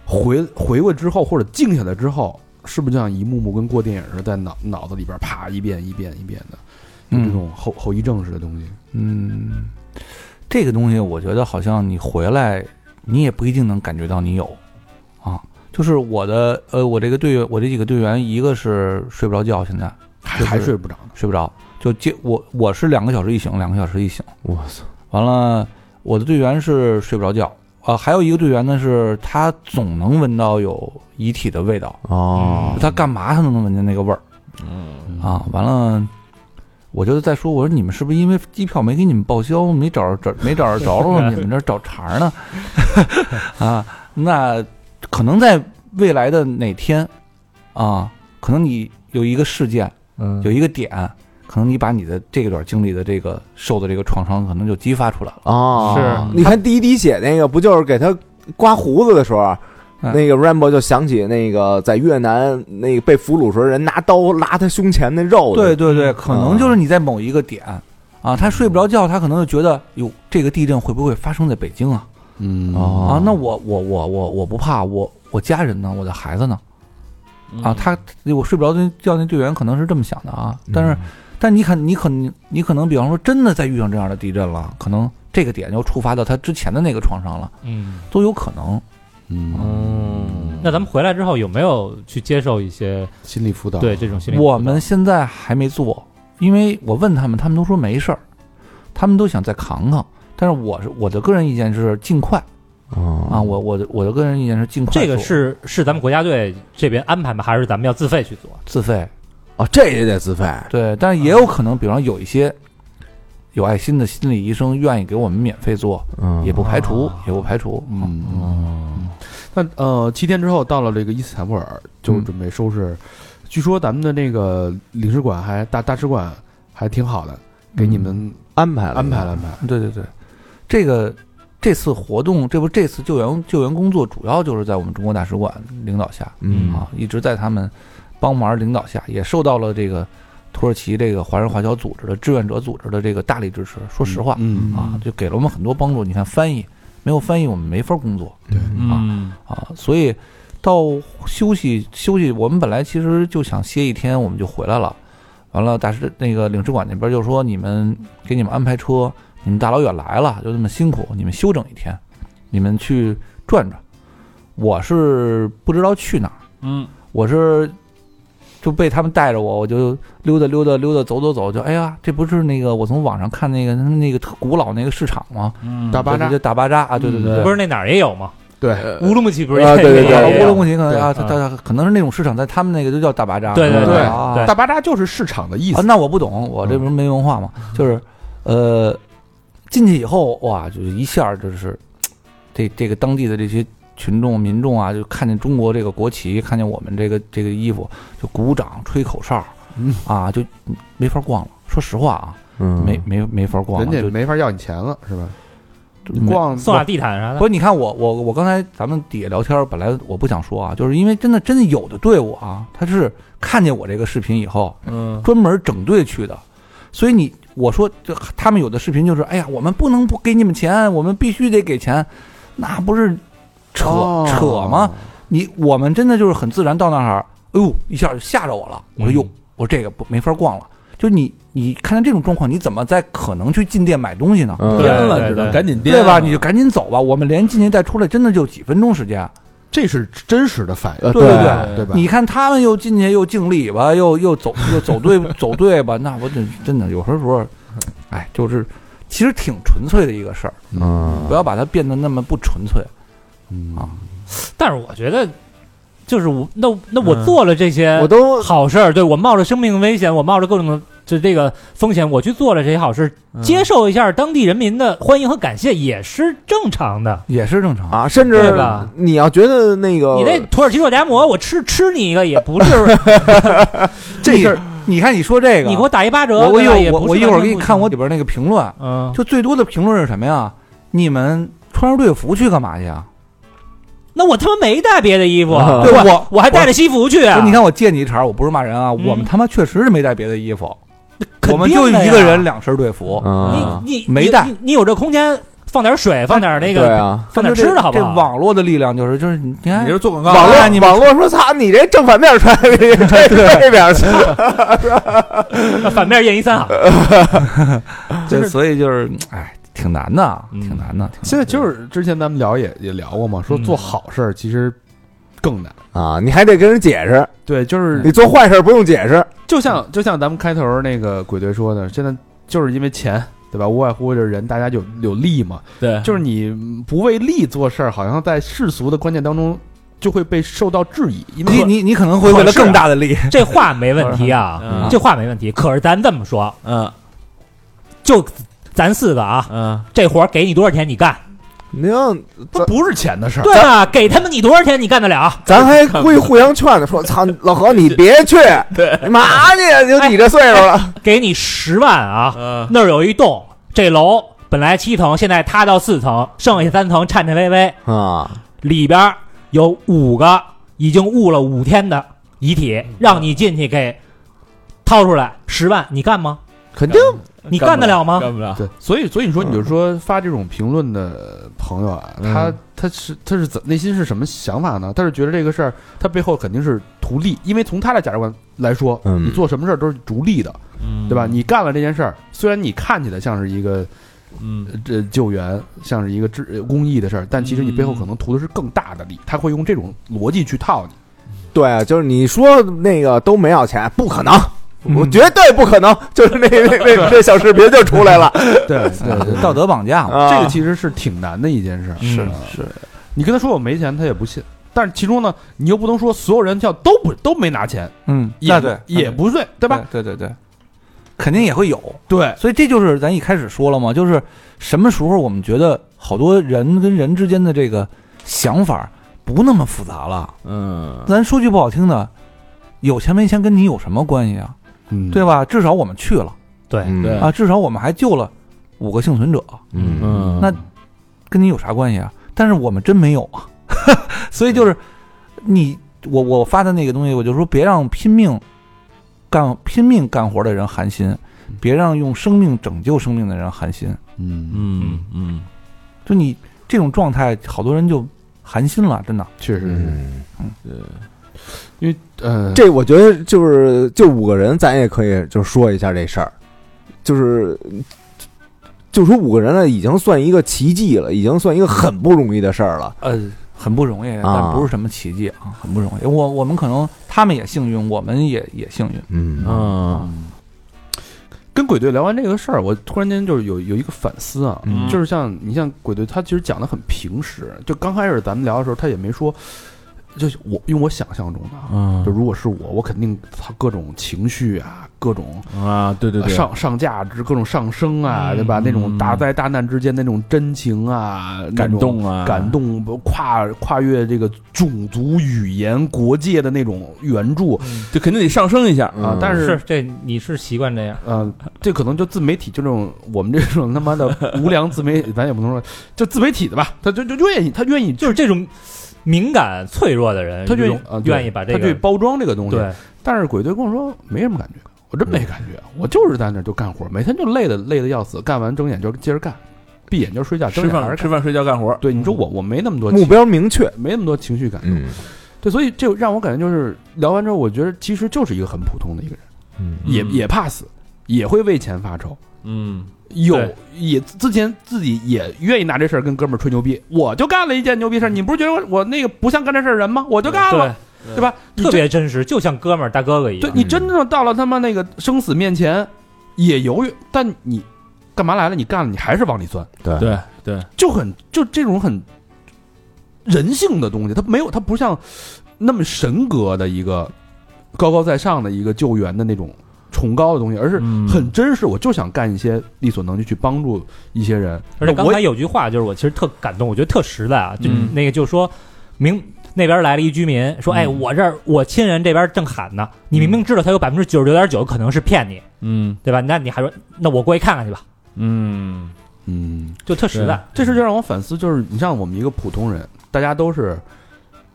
回回过之后，或者静下来之后，是不是就像一幕幕跟过电影似的，在脑脑子里边啪一遍一遍一遍的，
嗯
有这种后后遗症似的东西？
嗯，这个东西我觉得好像你回来，你也不一定能感觉到你有啊。就是我的呃，我这个队员，我这几个队员，一个是睡不着觉，现在
还
就是
还睡不着呢。
睡不着，就接我我是两个小时一醒，两个小时一醒。
我操！
完了，我的队员是睡不着觉，啊，还有一个队员呢是他总能闻到有遗体的味道，
哦，
他干嘛他都能闻见那个味儿
嗯
啊。完了。我就在说，我说你们是不是因为机票没给你们报销，没找着找没找着着落你们这儿找茬儿呢？ 啊，那可能在未来的哪天啊，可能你有一个事件，
嗯
有一个点，可能你把你的这段经历的这个受的这个创伤，可能就激发出来了。
嗯啊
哦，
是
你看第一滴血那个，不就是给他刮胡子的时候，
嗯
那个 Rambo 就想起那个在越南那个被俘虏时候，人拿刀拉他胸前那肉的。
对对对，可能就是你在某一个点啊，他睡不着觉，他可能就觉得，哟，这个地震会不会发生在北京啊？
嗯
哦
啊，那我我我我我不怕，我我家人呢，我的孩子呢？
嗯
啊，他我睡不着觉，那队员可能是这么想的啊。
嗯
但是，但你可你可你可能，比方说真的再遇上这样的地震了，可能这个点又触发到他之前的那个创伤了，
嗯，
都有可能。
嗯，
嗯
那咱们回来之后有没有去接受一些
心理辅导
对这种心理辅导？
我们现在还没做，因为我问他们，他们都说没事儿，他们都想再扛扛。但是我是我的个人意见是尽快啊，
啊，
我我的我的个人意见是尽快做。
这个是是咱们国家队这边安排吗？还是咱们要自费去做？
自费，
哦，这也得自费。
对，但是也有可能，比方有一些有爱心的心理医生愿意给我们免费做，
嗯
也不排除，也不排除。嗯，
嗯嗯，那呃，七天之后到了这个伊斯坦布尔，就
嗯
准备收拾。据说咱们的那个领事馆还大大使馆还挺好的，给你们
安排了，
安排了安排。
对对对，这个这次活动，这不这次救援救援工作主要就是在我们中国大使馆领导下，
嗯
啊，一直在他们帮忙领导下，也受到了这个土耳其这个华人华侨组织的志愿者组织的这个大力支持。说实话、
嗯
啊，就给了我们很多帮助。你看翻译，没有翻译我们没法工作
嗯
啊，所以到休息休息，我们本来其实就想歇一天，我们就回来了。完了，大使那个领事馆那边就说你们给你们安排车，你们大老远来了，就这么辛苦，你们休整一天，你们去转转。我是不知道去哪儿。
嗯
我是就被他们带着我，我就溜达溜达溜达走走走，就哎呀，这不是那个我从网上看那个他们那个特古老那个市场吗？
嗯
大巴扎
就就大巴扎啊，对对对，
不是那哪儿也有吗？
对，
呃
乌鲁木齐不是
啊对对对
啊
对
乌
乌
鲁
鲁木
木齐可能
对
啊，他他可能是那种市场，在他们那个都叫大巴扎。
对对
对
啊
对
大巴扎就是市场的意
啊，
思。
那我不懂，我这不是没文化嘛，就是，呃，进去以后哇，就是一下儿就是，这这个当地的这些群众民众啊，就看见中国这个国旗，看见我们这个这个衣服，就鼓掌吹口哨，
嗯
啊，就没法逛了。说实话啊，
嗯
没没没法逛
人
了，
家
就
没法要你钱了，是吧？
没
逛
宋雅地毯啥
不
的，
是，你看我我我刚才咱们底下聊天儿，本来我不想说啊，就是因为真的真的有的队伍啊，他是看见我这个视频以后，
嗯
专门整队去的，所以你我说这他们有的视频就是，哎呀，我们不能不给你们钱，我们必须得给钱，那不是扯、
哦
扯吗？？你我们真的就是很自然到那儿，哎呦一下就吓着我了，我说哟，我说这个不没法逛了，就你你看见这种状况，你怎么再可能去进店买东西呢？
嗯
颠
对
了，
对
只能
对
赶紧颠
对
了
吧？
嗯
你就赶紧走吧，我们连进去带出来，真的就几分钟时间。
这是真实的反应，
呃
对对
对
对吧？
你看他们又进去又敬礼吧，又又走又走 队走队吧，那我真真的有时候，哎，就是其实挺纯粹的一个事儿，
嗯
不要把它变得那么不纯粹。
嗯
啊
但是我觉得就是我那那我做了这些
我都
好事儿，对我冒着生命危险，我冒着各种的就这个风险，我去做了这些好事，接受一下当地人民的欢迎和感谢也是正常的。
也是正常。
啊，甚至
对吧
你要觉得那个
呃
你那土耳其肉夹馍，我吃吃你一个也 不是，
这事儿，你看你说这个，
你给我打一八折，
我我一
对吧也
会儿
不
我
是
我一会
完
儿
全
给你
不
看
行
我里边那个评论，
嗯，
就最多的评论是什么呀？你们穿上队服去干嘛去啊？
那我他妈没带别的衣服，
啊
对
呃我
我
我还带着西服去啊
不是，你看我借你一茬儿，我不是骂人啊，
嗯
我们他妈确实是没带别的衣服，
肯
我们
定
就
的
一
呀
个人，两身队服，
啊，
你你
没
你
带
你你有这空间放点水，放点那
对
个，
啊，
放点
这
吃的好不
这
好？
网络的力量就是就是你看
你这是做广告，
网
啊你
络
们
网络说操你这正反面穿， 你这这边穿，
反面验一三好，
对，所以就是哎，挺难的，
嗯
挺难的。
现在就是之前咱们聊也也聊过嘛，说做好事儿其实更难。嗯
啊，你还得跟人解释，
对，就是
你做坏事不用解释，
就像就像咱们开头那个呃鬼队说的，现在就是因为钱，对吧？无外乎就是人大家有有利嘛，
对，
就是你不为利做事儿，好像在世俗的观念当中就会被受到质疑，因
你
为
你你可能会为了更大的利，
这话没问题啊
嗯，
这话没问题。可是咱这么说，
嗯
就咱四个啊，
嗯
这活儿给你多少钱你干，
你要
它不是钱的事儿。
对吧？给他们你多少钱你干得了？
咱还会互相劝的，说操老何你别去，你嘛去呀，就你这岁数了，
给你十万啊，
嗯
那儿有一栋，这楼本来七层，现在塌到四层，剩下三层颤颤巍巍，
啊，
里边儿有五个已经捂了五天的遗体，让你进去给掏出来十万，你干吗？
肯定
你干得
啊
了吗
干不了，
对，嗯所以所以你说，你就说发这种评论的朋友啊，
嗯
他他是他是怎内心是什么想法呢？他是觉得这个事儿，他背后肯定是图利，因为从他的价值观来说，
嗯
你做什么事儿都是逐利的，
嗯
对吧？你干了这件事儿，虽然你看起来像是一个
嗯
呃这救援，像是一个治呃公益的事儿，但其实你背后可能图的是更大的利，他会用这种逻辑去套你。
对，啊就是你说那个都没要钱，不可能。我绝对不可能，就是那那那那小视频就出来了
对对对，
道德绑架嘛。
啊！
这个其实是挺难的一件事儿。
是
嗯
是，
你跟他说我没钱，他也不信。但是其中呢，你又不能说所有人叫都不都没拿钱，
嗯，
也
那
不
对，
也不对，对
对
吧？？
对对对，肯定也会有。
对，
所以这就是咱一开始说了嘛，就是什么时候我们觉得好多人跟人之间的这个想法不那么复杂了。
嗯
咱说句不好听的，有钱没钱跟你有什么关系啊？
嗯
对吧？至少我们去了
对
对
啊，至少我们还救了五个幸存者。
嗯
嗯，
那跟你有啥关系啊？但是我们真没有 啊，所以就是你我我发的那个东西，我就说别让拼命干拼命干活的人寒心，别让用生命拯救生命的人寒心。
嗯，
嗯嗯
就你这种状态，好多人就寒心了，真的。
确实是
嗯，
因为
嗯
呃，
这我觉得就是就五个人，咱也可以就说一下这事儿，就是就说五个人呢，已经算一个奇迹了，已经算一个很不容易的事儿了。
呃，很不容易，但
啊
不是什么奇迹啊，很不容易。我我们可能他们也幸运，我们也也幸运。
嗯
嗯
跟鬼队聊完这个事儿，我突然间就是有有一个反思啊，
嗯
就是像你像鬼队，他其实讲的很平实，就刚开始咱们聊的时候，他也没说，就是我用我想象中的啊，
嗯
就如果是我，我肯定他各种情绪啊，各种呃
啊，对对对，
上上价值，各种上升啊，
嗯
对吧？那种大
嗯
灾大难之间那种真情啊，那
感
种
动啊，
感动呃跨跨越这个种族、语言、国界的那种援助
就肯定得上升一下，
啊
嗯，
但
是
是。
这你是习惯这样，
嗯、这可能就自媒体就这种我们这种他妈的无良自媒体， 咱也不能说就自媒体的吧，他就就就愿意他愿意
就是这种敏感脆弱的人，
他就
愿
啊对
愿意把这
他去
个
包装这个东西。
对，
但是鬼队跟我说没什么感觉，我真没感觉，我就是在那儿就干活，每天就累的累的要死，干完睁眼就接着干，闭眼就睡觉，睁
吃
眼还
饭
是干。
吃饭睡觉干活，
对，你说我我没那么多
目
情
标明确，
没那么多情绪感受，
嗯
对，所以这让我感觉就是聊完之后，我觉得其实就是一个很普通的一个人，
嗯
也
嗯
也怕死，也会为钱发愁，
嗯
有
对
也之前自己也愿意拿这事儿跟哥们儿吹牛逼，我就干了一件牛逼事儿，你不是觉得我我那个不像干这事儿的人吗？我就干了，
对
对吧？你
特
真
别真实，就像哥们儿大哥哥一
对
样。
你真正到了他妈那个生死面前，也犹豫，但你干嘛来了？你干了，你还是往里钻，
对
对对，
就很就这种很人性的东西，它没有，它不像那么神格的一个高高在上的一个救援的那种崇高的东西，而是
嗯
很真实。我就想干一些力所能及去帮助一些人，
而且
那
刚
我
才有句话就是我其实特感动，我觉得特实在啊，就
嗯
那个就说明。那边来了一居民，
嗯
说：“哎，我这儿我亲人这边正喊呢，你明明知道他有百分之九十九点九可能是骗你，
嗯
对吧？那你还说，那我过去看看去吧，
嗯
嗯。
就特实在。
这事就让我反思，就是你像我们一个普通人，大家都是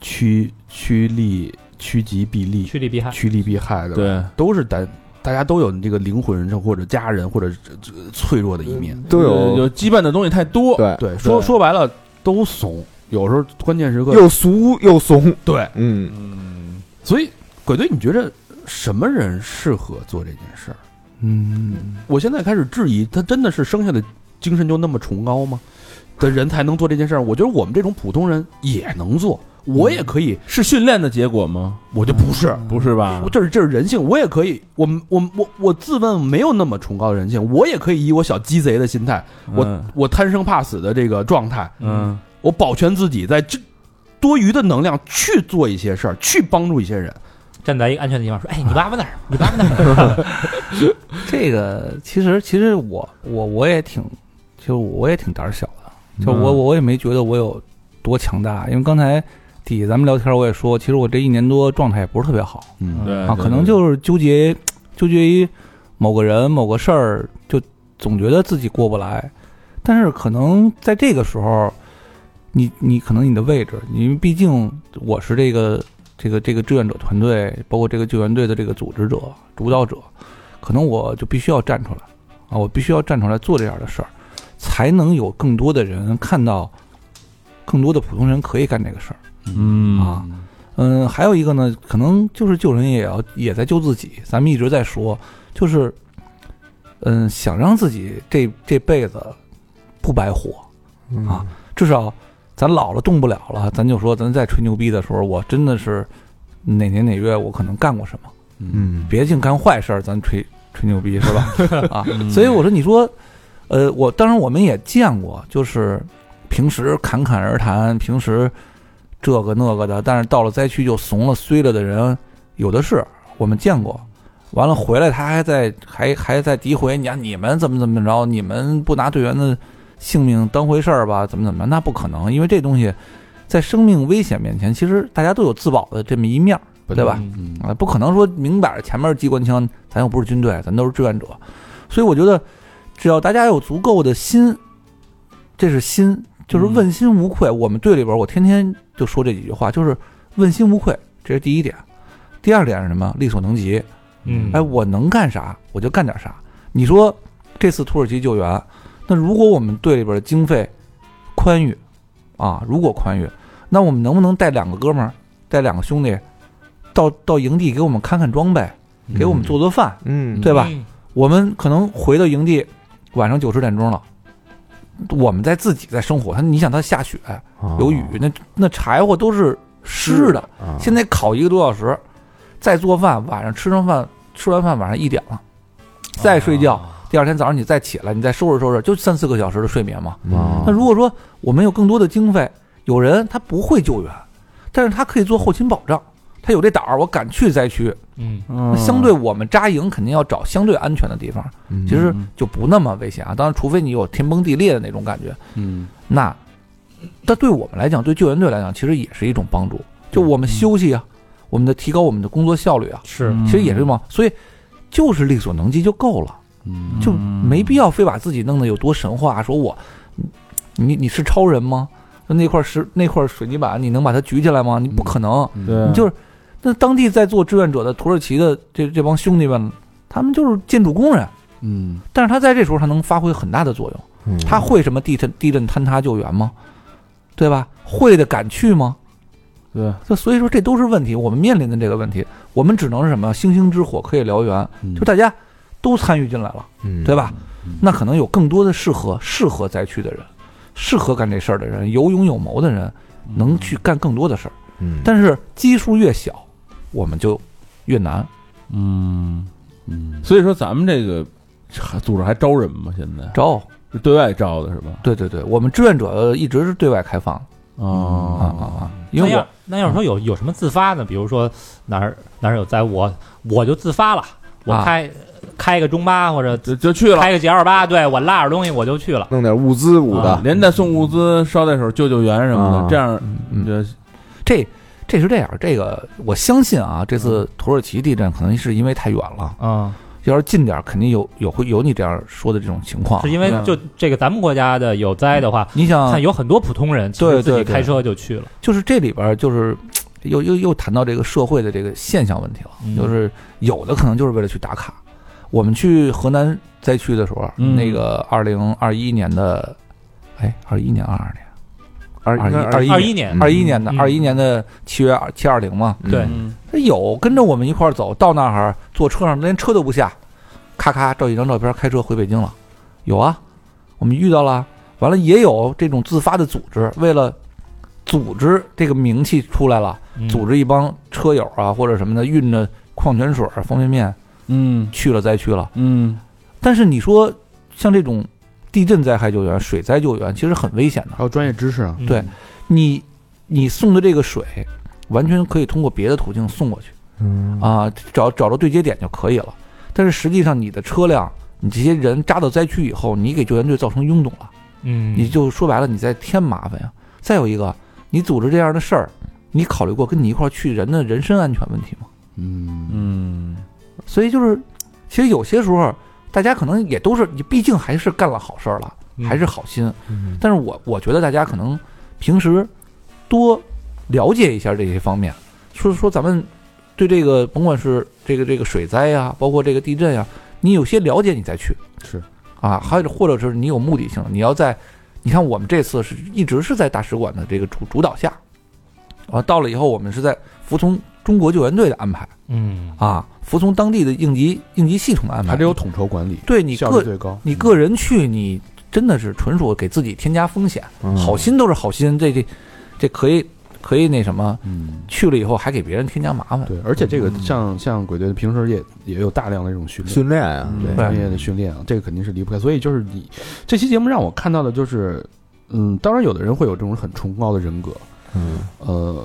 趋趋利、趋吉避利、
趋利避害，
趋利避害的，，
对，
都是咱大家都有这个灵魂上或者家人或者这这脆弱的一面。
都
呃
有
有羁绊的东西太多，
嗯对，
对，说
对
说白了都怂，有时候关键时刻
又俗又怂，
对，
嗯，
嗯
所以鬼队，你觉得什么人适合做这件事儿？
嗯，
我现在开始质疑，他真的是生下的精神就那么崇高吗？的人才能做这件事儿？我觉得我们这种普通人也能做，我也可以。
是训练的结果吗？
我就不是，
嗯
不是吧
我？这是这是人性，我也可以，我们我们我我自问没有那么崇高的人性，我也可以以我小鸡贼的心态，
嗯
我贪生怕死的这个状态，
嗯
我保全自己在这多余的能量去做一些事儿，去帮助一些人。
站在一个安全的地方说：“哎，
啊
你挖挖那儿，你挖挖那儿。
这个其实其实我我我也挺，其实我也挺胆小的，就我
嗯
我也没觉得我有多强大，因为刚才底下咱们聊天我也说，其实我这一年多状态也不是特别好
嗯
对
啊，可能就是纠结纠结于某个人某个事儿，就总觉得自己过不来，但是可能在这个时候，你你可能你的位置，因为毕竟我是这个这个这个志愿者团队，包括这个救援队的这个组织者、主导者，可能我就必须要站出来啊，我必须要站出来做这样的事儿，才能有更多的人看到，更多的普通人可以干这个事儿。
嗯
啊，嗯，还有一个呢，可能就是救人也要也在救自己。咱们一直在说，就是，嗯，想让自己这这辈子不白活，啊至少咱老了动不了了，咱就说咱再吹牛逼的时候，我真的是哪年哪月我可能干过什么，
嗯，
别净干坏事儿，咱吹吹牛逼是吧？啊，
嗯
所以我说，你说，呃，我当然我们也见过，就是平时侃侃而谈，平时这个那个的，但是到了灾区就怂了、衰了的人有的是，我们见过。完了回来他还在还还在诋毁你啊，你们怎么怎么着，你们不拿队员的性命当回事儿吧？怎么怎么样？那不可能，因为这东西在生命危险面前，其实大家都有自保的这么一面儿，对吧？
嗯
啊，不可能说明摆着前面是机关枪，咱又不是军队，咱都是志愿者，所以我觉得，只要大家有足够的心，这是心，就是问心无愧。我们队里边，我天天就说这几句话，就是问心无愧，这是第一点。第二点是什么？力所能及。”
嗯，
哎，我能干啥我就干点啥。你说这次土耳其救援，那如果我们队里边的经费宽裕啊，如果宽裕，那我们能不能带两个哥们儿，带两个兄弟到到营地给我们看看装备，给我们做做饭，
嗯，
对吧？
嗯
我们可能回到营地晚上九十点钟了。我们在自己在生火，他你想他下雪有雨，
哦
那那柴火都是湿的，
啊，
现在烤一个多小时，再做饭，晚上吃上饭，吃完饭晚上一点了，再睡觉，第二天早上你再起来，你再收拾收拾，就三四个小时的睡眠
哦
嘛。
啊
那如果说我们有更多的经费，有人他不会救援，但是他可以做后勤保障，他有这胆儿，我敢去灾区。
嗯，
那相对我们扎营肯定要找相对安全的地方，
嗯
其实
嗯
就不那么危险啊。当然，除非你有天崩地裂的那种感觉，
嗯
那，但对我们来讲，对救援队来讲，其实也是一种帮助。就我们休息啊，我们的提高我们的工作效率啊，
是
其实也是嘛。所以就是力所能及就够了。
嗯
就没必要非把自己弄得有多神话，啊说我，你你是超人吗？那块石那块水泥板，你能把它举起来吗？你不可能。
对啊，
你就是那当地在做志愿者的土耳其的这这帮兄弟们，他们就是建筑工人，
嗯
但是他在这时候他能发挥很大的作用。
嗯
他会什么地震地震坍塌救援吗？对吧？会的敢去吗？
对，
就所以说这都是问题，我们面临的这个问题，我们只能是什么？星星之火可以燎原，就大家都参与进来了。
嗯
对吧？那可能有更多的适合适合灾区的人，适合干这事儿的人，有勇有谋的人，能去干更多的事儿。
嗯？
但是基数越小，我们就越难。
嗯，
嗯，
所以说咱们这个还组织还招人吗？现在
招，
是对外招的是吧？
哦对对对，我们志愿者呃一直是对外开放啊啊
哦，
啊！因
那
为
要
我
那要是说有有什么自发的，比如说哪儿哪儿有灾，我我就自发了，我
啊
开开个中巴或者
就就去了，
开个 G 二八，对我拉着东西我就去了。
弄点物资捂的
啊，
连带送物资、捎带手、救救援什么
啊
的，这样
嗯
就
这这是这样，这个我相信啊，这次土耳其地震可能是因为太远了，
嗯，
要是近点儿肯定有有会有你这样说的这种情况
是。因为
对啊
就这个咱们国家的有灾的话，
你想
看有很多普通人其
嗯对
实自
对
己
对
开车就去了。
就是这里边儿就是又又又谈到这个社会的这个现象问题了，
嗯
就是有的可能就是为了去打卡。我们去河南灾区的时候，
嗯
那个二零二一年的，哎，二一年二二年，
二
二一
二
一
二一年
嗯，
二一年的
嗯
二一年的七月二七二零嘛，
对
嗯
那有跟着我们一块儿走到那儿坐车上连车都不下，咔咔照一张照片，开车回北京了。有啊，我们遇到了啊，完了也有这种自发的组织，为了组织这个名气出来了。
嗯
组织一帮车友啊或者什么的，运着矿泉水、啊方便面
嗯
去了灾区了。
嗯，
但是你说像这种地震灾害救援、水灾救援，其实很危险的。
还有专业知识啊，
嗯
对你你送的这个水，完全可以通过别的途径送过去啊，找找着对接点就可以了。但是实际上，你的车辆，你这些人扎到灾区以后，你给救援队造成拥堵了，
嗯，
你就说白了，你在添麻烦呀。再有一个，你组织这样的事儿，你考虑过跟你一块儿去人的人身安全问题吗？
嗯
嗯，
所以就是，其实有些时候大家可能也都是，你毕竟还是干了好事儿了，
嗯
还是好心。但是我我觉得大家可能平时多了解一下这些方面，所以说咱们对这个甭管是这个这个水灾呀、包括这个地震呀、你有些了解你再去
是
啊，还有或者是你有目的性，你要在你看我们这次是一直是在大使馆的这个主主导下，啊，到了以后我们是在服从中国救援队的安排。
嗯
啊，服从当地的应急应急系统的安排。
还得有统筹管理，
对你
效率
个
最高，
你个人去，你真的是纯属给自己添加风险。
嗯
嗯
好心都是好心，这这这可以可以那什么，
嗯。
去了以后还给别人添加麻烦。
对，而且这个像像鬼队平时也也有大量的这种训练，
训练
嗯
啊，对，
专业的训练啊，这个肯定是离不开。所以就是你这期节目让我看到的就是，嗯，当然有的人会有这种很崇高的人格，
嗯
呃，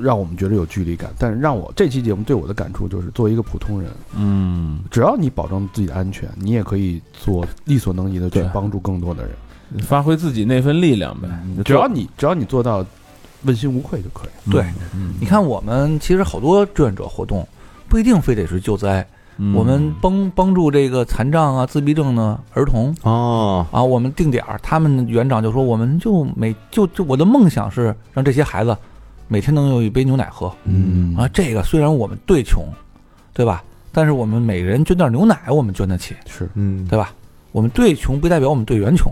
让我们觉得有距离感。但是让我这期节目对我的感触就是，作为一个普通人，
嗯，
只要你保证自己的安全，你也可以做力所能及的去
对
帮助更多的人。
发挥自己那份力量呗，
只要你只要你做到问心无愧就可以。
对，
嗯
你看我们其实好多志愿者活动，不一定非得是救灾，
嗯
我们帮帮助这个残障啊、自闭症的儿童。
哦，
啊，我们定点儿，他们园长就说，我们就每就就我的梦想是让这些孩子每天能有一杯牛奶喝，
嗯
啊，这个虽然我们对穷，对吧？但是我们每个人捐点牛奶，我们捐得起，
是
嗯，
对吧？我们对穷不代表我们队员穷，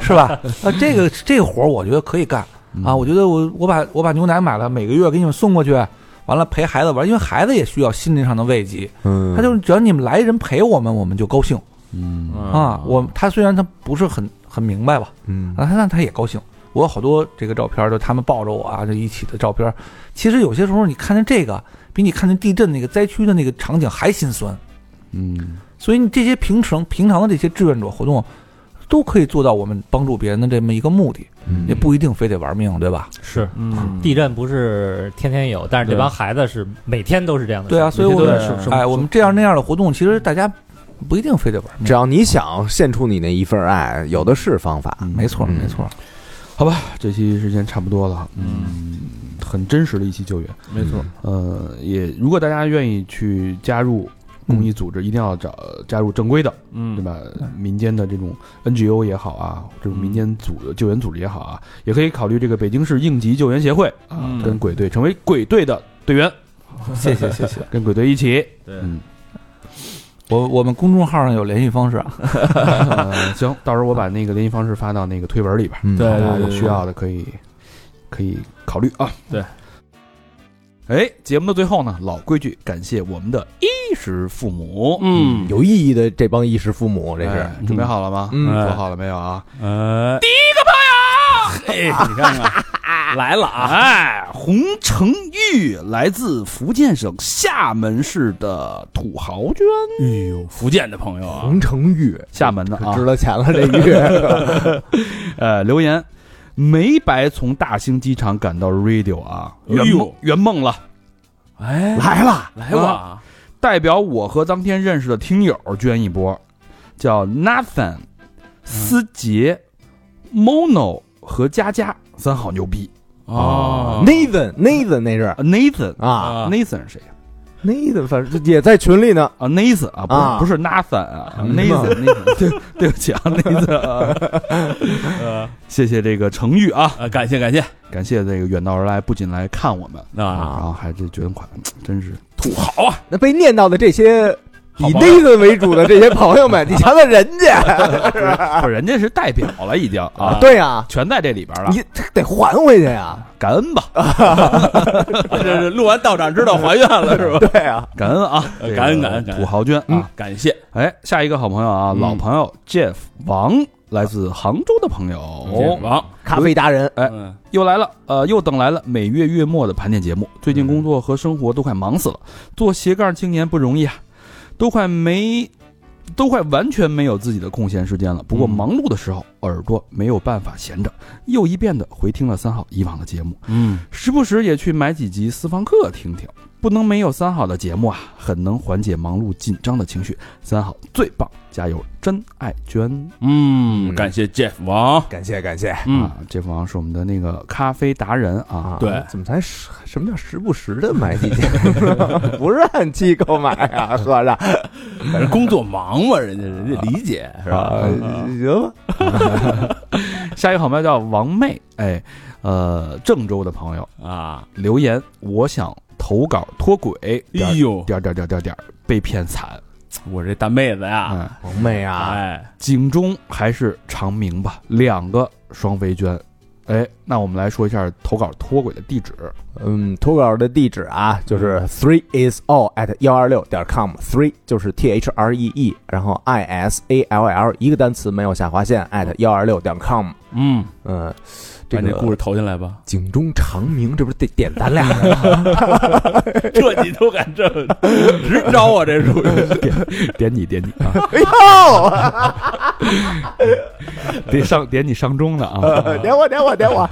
是吧？啊，这个这个活儿我觉得可以干啊！我觉得我我把我把牛奶买了，每个月给你们送过去，完了陪孩子玩，因为孩子也需要心灵上的慰藉。
嗯，
他就是只要你们来人陪我们，我们就高兴
嗯
啊！我他虽然他不是很很明白吧，
嗯
啊，那他也高兴。我有好多这个照片儿，就他们抱着我啊，就一起的照片儿。其实有些时候你看见这个，比你看见地震那个灾区的那个场景还心酸。
嗯，
所以你这些平常平常的这些志愿者活动，都可以做到我们帮助别人的这么一个目的，
嗯
也不一定非得玩命，对啊吧？
是
嗯
地震不是天天有，但是这
对
帮孩子是每天都是这样的事
对
儿。
啊，所以我
每天
们
都是
对
是
哎，我们这样那样的活动，其实大家不一定非得玩
只
命。
要你想献出你那一份爱，有的是方法。
没错，没错。
这期时间差不多了，
嗯，
很真实的一期救援。
没错，
呃，也如果大家愿意去加入公益组织，一定要找加入正规的，
嗯嗯
对？吧？民间的这种 NGO 也好啊，这种民间组救援组织也好啊，也可以考虑这个北京市应急救援协会啊
嗯，
跟鬼队成为鬼队的队 员，
谢谢谢谢，
跟鬼队一起。
对
嗯，
我我们公众号上有联系方式啊。
呃行，到时候我把那个联系方式发到那个推文里边，
嗯
对
大家有
对
需要的可以可以考虑啊。
对。
哎，节目的最后呢，老规矩，感谢我们的衣食父母。
嗯，
有意义的这帮衣食父母，这是
哎准备好了吗？
嗯
做好了没有啊？
呃，
哎，你看看，来了啊！哎，洪承玉来自福建省厦门市的土豪捐，
哎呦，福建的朋友啊，
洪承玉
厦门的
可
啊
值，了钱了，这 玉
呃，留言没白从大兴机场赶到 radio 啊，圆
哎呦
梦圆梦了，
哎，
来了。
来吧，
代表我和当天认识的听友捐一波，叫 Nathan、思杰、Mono 和佳佳，三好牛逼
哦，
Nathan Nathan 那是
啊，Nathan
啊
啊
Nathan 是谁呀？
，Nathan 反正也在群里呢。
啊，Nathan 啊，不是、
啊
不是 Nathan 啊
嗯
，Nathan，Nathan，对 对不起啊，Nathan 啊，
呃，
谢谢这个程昱啊，
呃感谢感谢
感谢这个远道而来，不仅来看我们，
啊，
然后还这捐款，真是
土豪啊，
那被念叨的这些以
好朋友
Nathan 为主的这些朋友们，你瞧瞧人家
不是人家是代表了已经啊，
对呀，
全在这里边了，
你得还回 去呀。
感恩吧，
这是录完道长知道还愿了是吧？
对呀，
感恩啊，
呃
这个
感恩感恩感恩
土豪捐
嗯
啊，，
感谢，
哎，下一个好朋友啊，
嗯
老朋友 Jeff 王，来自杭州的朋友，
王，
咖啡达人
哎
嗯
又来了，呃，又等来了每月月末的盘点节目。最近工作和生活都快忙死了，做斜杠青年不容易啊，都快没，都快完全没有自己的空闲时间了。不过
嗯
忙碌的时候，耳朵没有办法闲着，又一遍的回听了三好以往的节目，
嗯，
时不时也去买几集私房课听听。不能没有三好的节目啊，很能缓解忙碌紧张的情绪。三好最棒，加油！真爱娟，
嗯，感谢 Jeff 王，
感谢感谢。
嗯
啊，这王是我们的那个咖啡达人啊
啊，
对
怎么才时什么叫时不时的买几件？哎 不是按期购买啊，合着
反正工作忙嘛，人家人家理解是吧？
啊，行吧，
下一个好朋友叫王妹，哎，呃，郑州的朋友
啊，
留言，我想投稿脱轨，点
哎
儿
呦，
点儿点儿点儿点儿点儿被骗惨，
我这大妹子呀，
嗯，
王妹啊，
哎，
警钟还是长鸣吧，两个双飞娟，哎，那我们来说一下投稿脱轨的地址，
嗯，投稿的地址啊，就是
嗯
three is all at 幺二六点 com，three 就是 t h r e e，然后 i s a l l 一个单词没有下划线 at 幺二六点 com，
嗯，
嗯，这
把你
个
这故事投进来吧，
警钟长鸣，这不是得点咱 俩人吗
这你都敢这 么直招啊？这属于
点你点你啊，
哎 呦，
点上点你上钟的啊。
点我点我点我，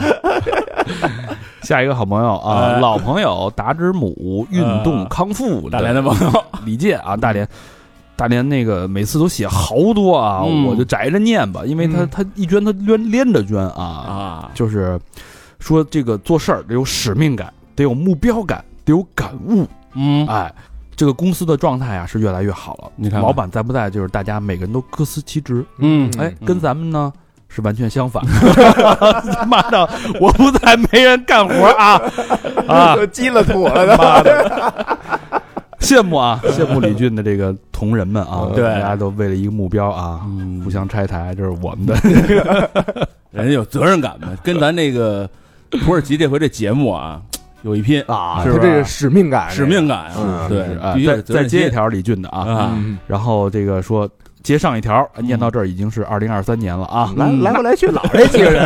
下一个好朋友啊，
哎
老朋友达之姆运动康复
大连的朋友，
李健啊，大连，大连那个每次都写好多啊，
嗯
我就摘着念吧，因为他、
嗯
他一捐他连连着捐啊，
啊，
就是说这个做事儿得有使命感，得有目标感，得有感悟，
嗯，
哎。这个公司的状态啊是越来越好了，
你看看
老板在不在，就是大家每个人都各司其职，
嗯
哎，跟咱们呢是完全相反。妈的，我不在没人干活啊 啊！
激了土了都。
羡慕啊， 羡慕李俊的这个同仁们啊，
对
大家都为了一个目标啊，
嗯
互相拆台，这是我们的
人家有责任感嘛，跟咱那个土耳其这回这节目啊有一拼，
啊，
是
他
吧
这是使命感，
使命感啊，
嗯
对
啊，
必须有
再
责任
再接一
心
条李俊的啊，
啊，
嗯
然后这个说接上一条，念到这儿已经是二零二三年了啊，
来
嗯
来回来去老这几个人，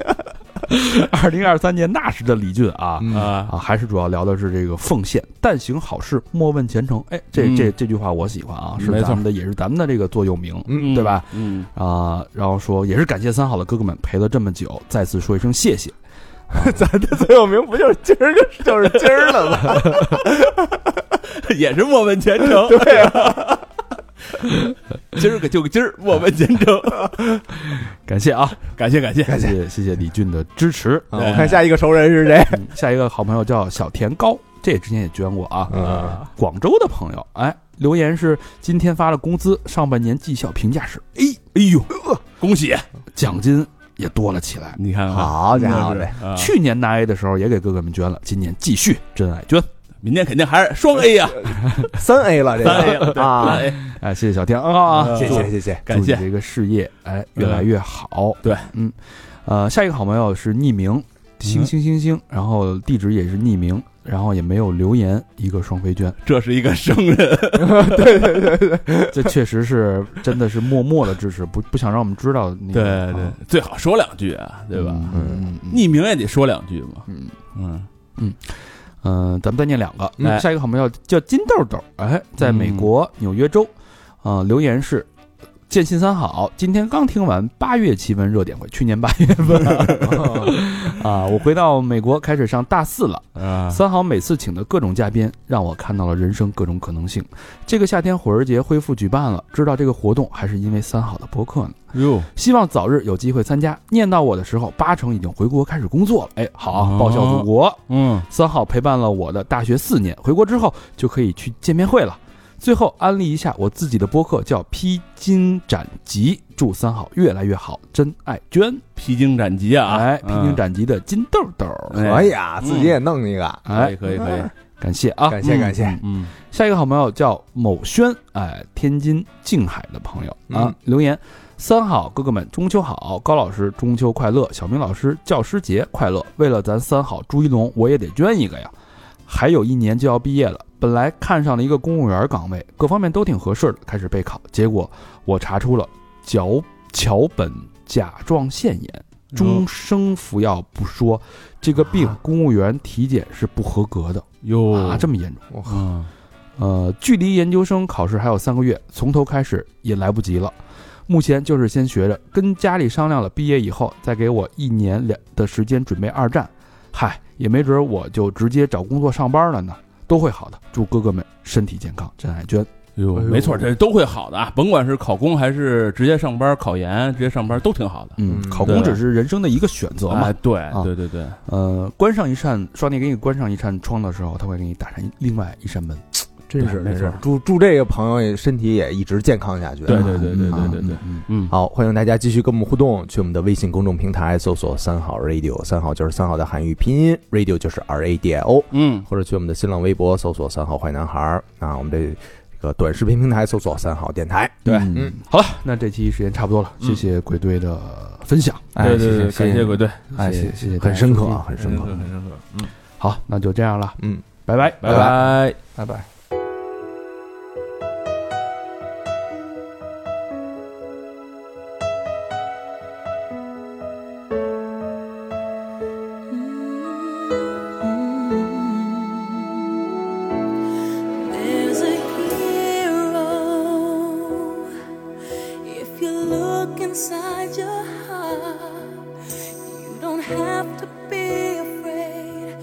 二零二三年那时的李俊啊。
嗯
啊，
啊，还是主要聊的是这个奉献，但行好事，莫问前程。哎，这这
嗯
这句话我喜欢啊，是
没错
咱们的，也是咱们的这个座右铭，
嗯
对吧？？
嗯，
啊、然后说也是感谢三好的哥哥们陪了这么久，再次说一声谢啊谢。
咱的座右铭不就是今儿个就是今儿了吗？
也是莫问前 程。对啊，今儿个就个今儿，莫问前 程。
感谢啊，
感 谢感谢，
谢谢谢谢李俊的支持。
啊我看下一个熟人是谁？
嗯下一个好朋友叫小田高，这之前也捐过啊。
嗯
广州的朋友，哎，留言是今天发了工资，上半年绩效评价是，哎哎呦，
恭喜！
奖金也多了起来。
你看看，
好家伙
真的
嘞，
是啊
去年拿 A 的时候也给哥哥们捐了，今年继续真爱捐。
明天肯定还是双 A 呀，
三 A 了这
三 A
个
了
啊
三！A，嗯
哎，谢谢小田啊啊，
谢谢谢谢，
感
祝
谢
你这个事业哎越来越好。
对，
嗯，呃，下一个好朋友是匿名，星星星星，然后地址也是匿名，然后也没有留言，一个双飞 娟，
这是一个生人，
这确实是真的是默默的支持，不不想让我们知道那
对
个，
对
啊，
最好说两句啊，对吧？
嗯嗯
匿名也得说两句嘛，
嗯
嗯，
嗯、呃咱们再念两个，
嗯
哎下一个好朋友叫金豆豆，哎，在美国纽约州，啊、留言是。见信三好，今天刚听完八月气温热点会，去年八月份 啊，我回到美国开始上大四了，
啊
三好每次请的各种嘉宾，让我看到了人生各种可能性。这个夏天火儿节恢复举办了，知道这个活动还是因为三好的博客呢。
哟，
希望早日有机会参加。念到我的时候，八成已经回国开始工作了。哎，好啊，
哦
报效祖国。
嗯，
三好陪伴了我的大学四年，回国之后就可以去见面会了。最后安利一下我自己的播客，叫《披荆斩棘》，祝三好越来越好，真爱娟。
披荆斩棘啊，
哎，
嗯
披荆斩棘的金豆豆，
嗯
可以啊，自己也弄一个，
哎，可
哎
以，可以可以，
感谢啊，
感谢感谢，
嗯，
下一个好朋友叫某轩，哎，天津静海的朋友啊，
嗯
留言：三好哥哥们，中秋好！高老师，中秋快乐！小明老师，教师节快乐！为了咱三好朱一龙，我也得捐一个呀！还有一年就要毕业了，本来看上了一个公务员岗位，各方面都挺合适的，开始备考，结果我查出了脚桥本甲状腺炎，终生服药不说，这个病公务员体检是不合格的啊，
哟，
这么严重。
嗯，
呃，距离研究生考试还有三个月，从头开始也来不及了。目前就是先学着，跟家里商量了，毕业以后再给我一年两的时间准备二战。嗨，也没准我就直接找工作上班了呢，都会好的。祝哥哥们身体健康，真爱娟。
哟，没错，这都会好的啊，甭管是考公还是直接上班考研，直接上班都挺好的。
嗯，
嗯
考公
对
只是人生的一个选择嘛
哎，。对
啊
对对对，
呃，关上一扇双电给你关上一扇窗的时候，他会给你打上一另外一扇门。
真是
没
真
错
是，祝祝这个朋友也身体也一直健康下去。
对对对对
啊
对对对，
嗯
嗯，
好，欢迎大家继续跟我们互动，去我们的微信公众平台搜索“三好 radio”，三好就是三好的汉语拼音，radio 就是 R A D I O，
嗯，
或者去我们的新浪微博搜索“三好坏男孩儿”啊，我们这个短视频平台搜索“三好电台
对，
嗯
好了，那这期时间差不多了，谢
嗯
谢鬼队的分享，”。
哎，
对对对，
谢
感
谢
谢鬼队，
哎，
谢
谢
谢
谢谢大家
很深刻
收听
啊，很深刻。
很深刻，嗯，
好，那就这样了，
嗯，
拜拜，
拜拜。
拜拜。
There's a hero. If you look inside your heart, you don't have to be afraid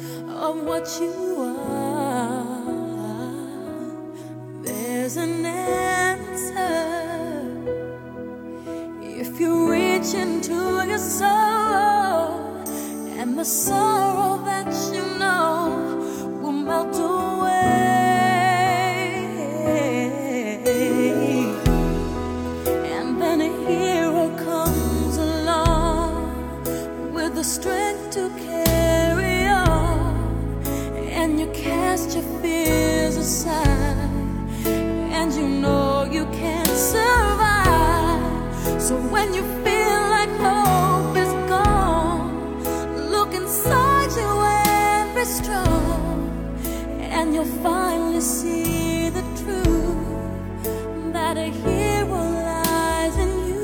of what you are. There's an answer. If you reach into your soul, and the sorrow that you know will melt away. And then a hero comes along with the strength to carry on. And you cast your fears aside, and you know you can survive. So when you feel like hope is gone, look inside you and be strong, and you'll finally see the truth that a hero lies in you.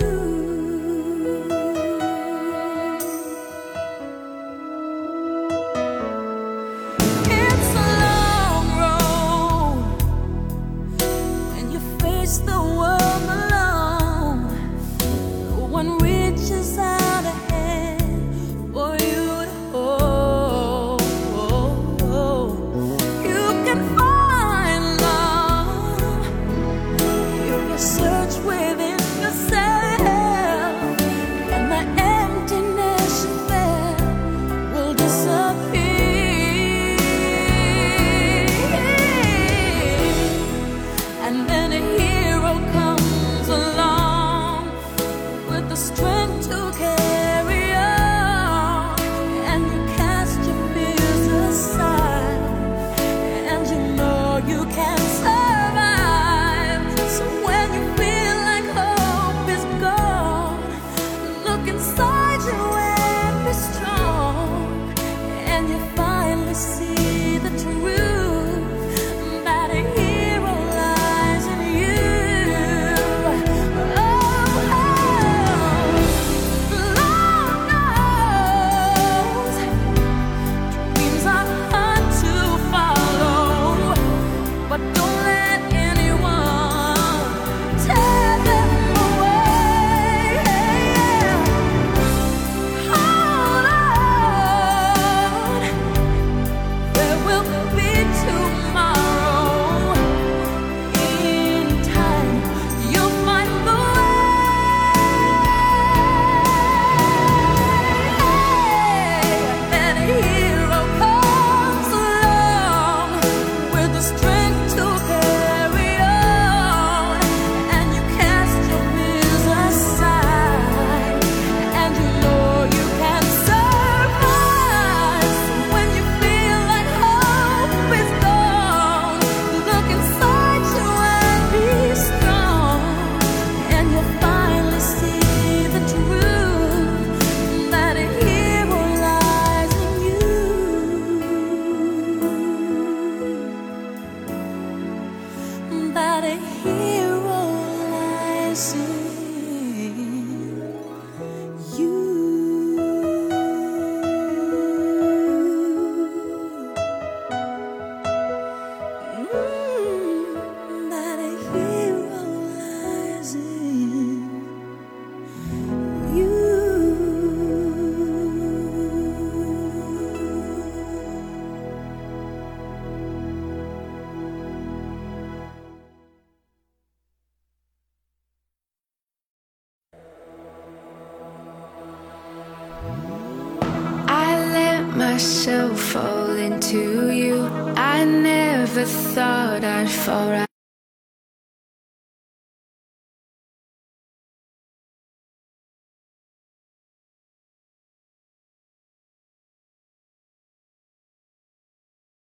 disappear. And then a hero comes along with the strength to carry on. And you cast your fears aside. And you know you can survive. So when you feel like hope is gone, look inside you and be strong. And you finally see the truth that a hero lies in you. Oh, Lord oh, knows dreams are hard to follow, but don't let anyone tear them away. Hold on, there will be tomorrow. In time, you'll find the and a hero comes along with the strength to carry on. And you cast your fears aside, and you know you can survive. When you feel like hope is gone, look inside you and be strong. And you finally see the truth that a hero lies in you. That a hero lies in you. Mm, that a hero lies in you.
I let myself fall into you. I never thought I'd fall right.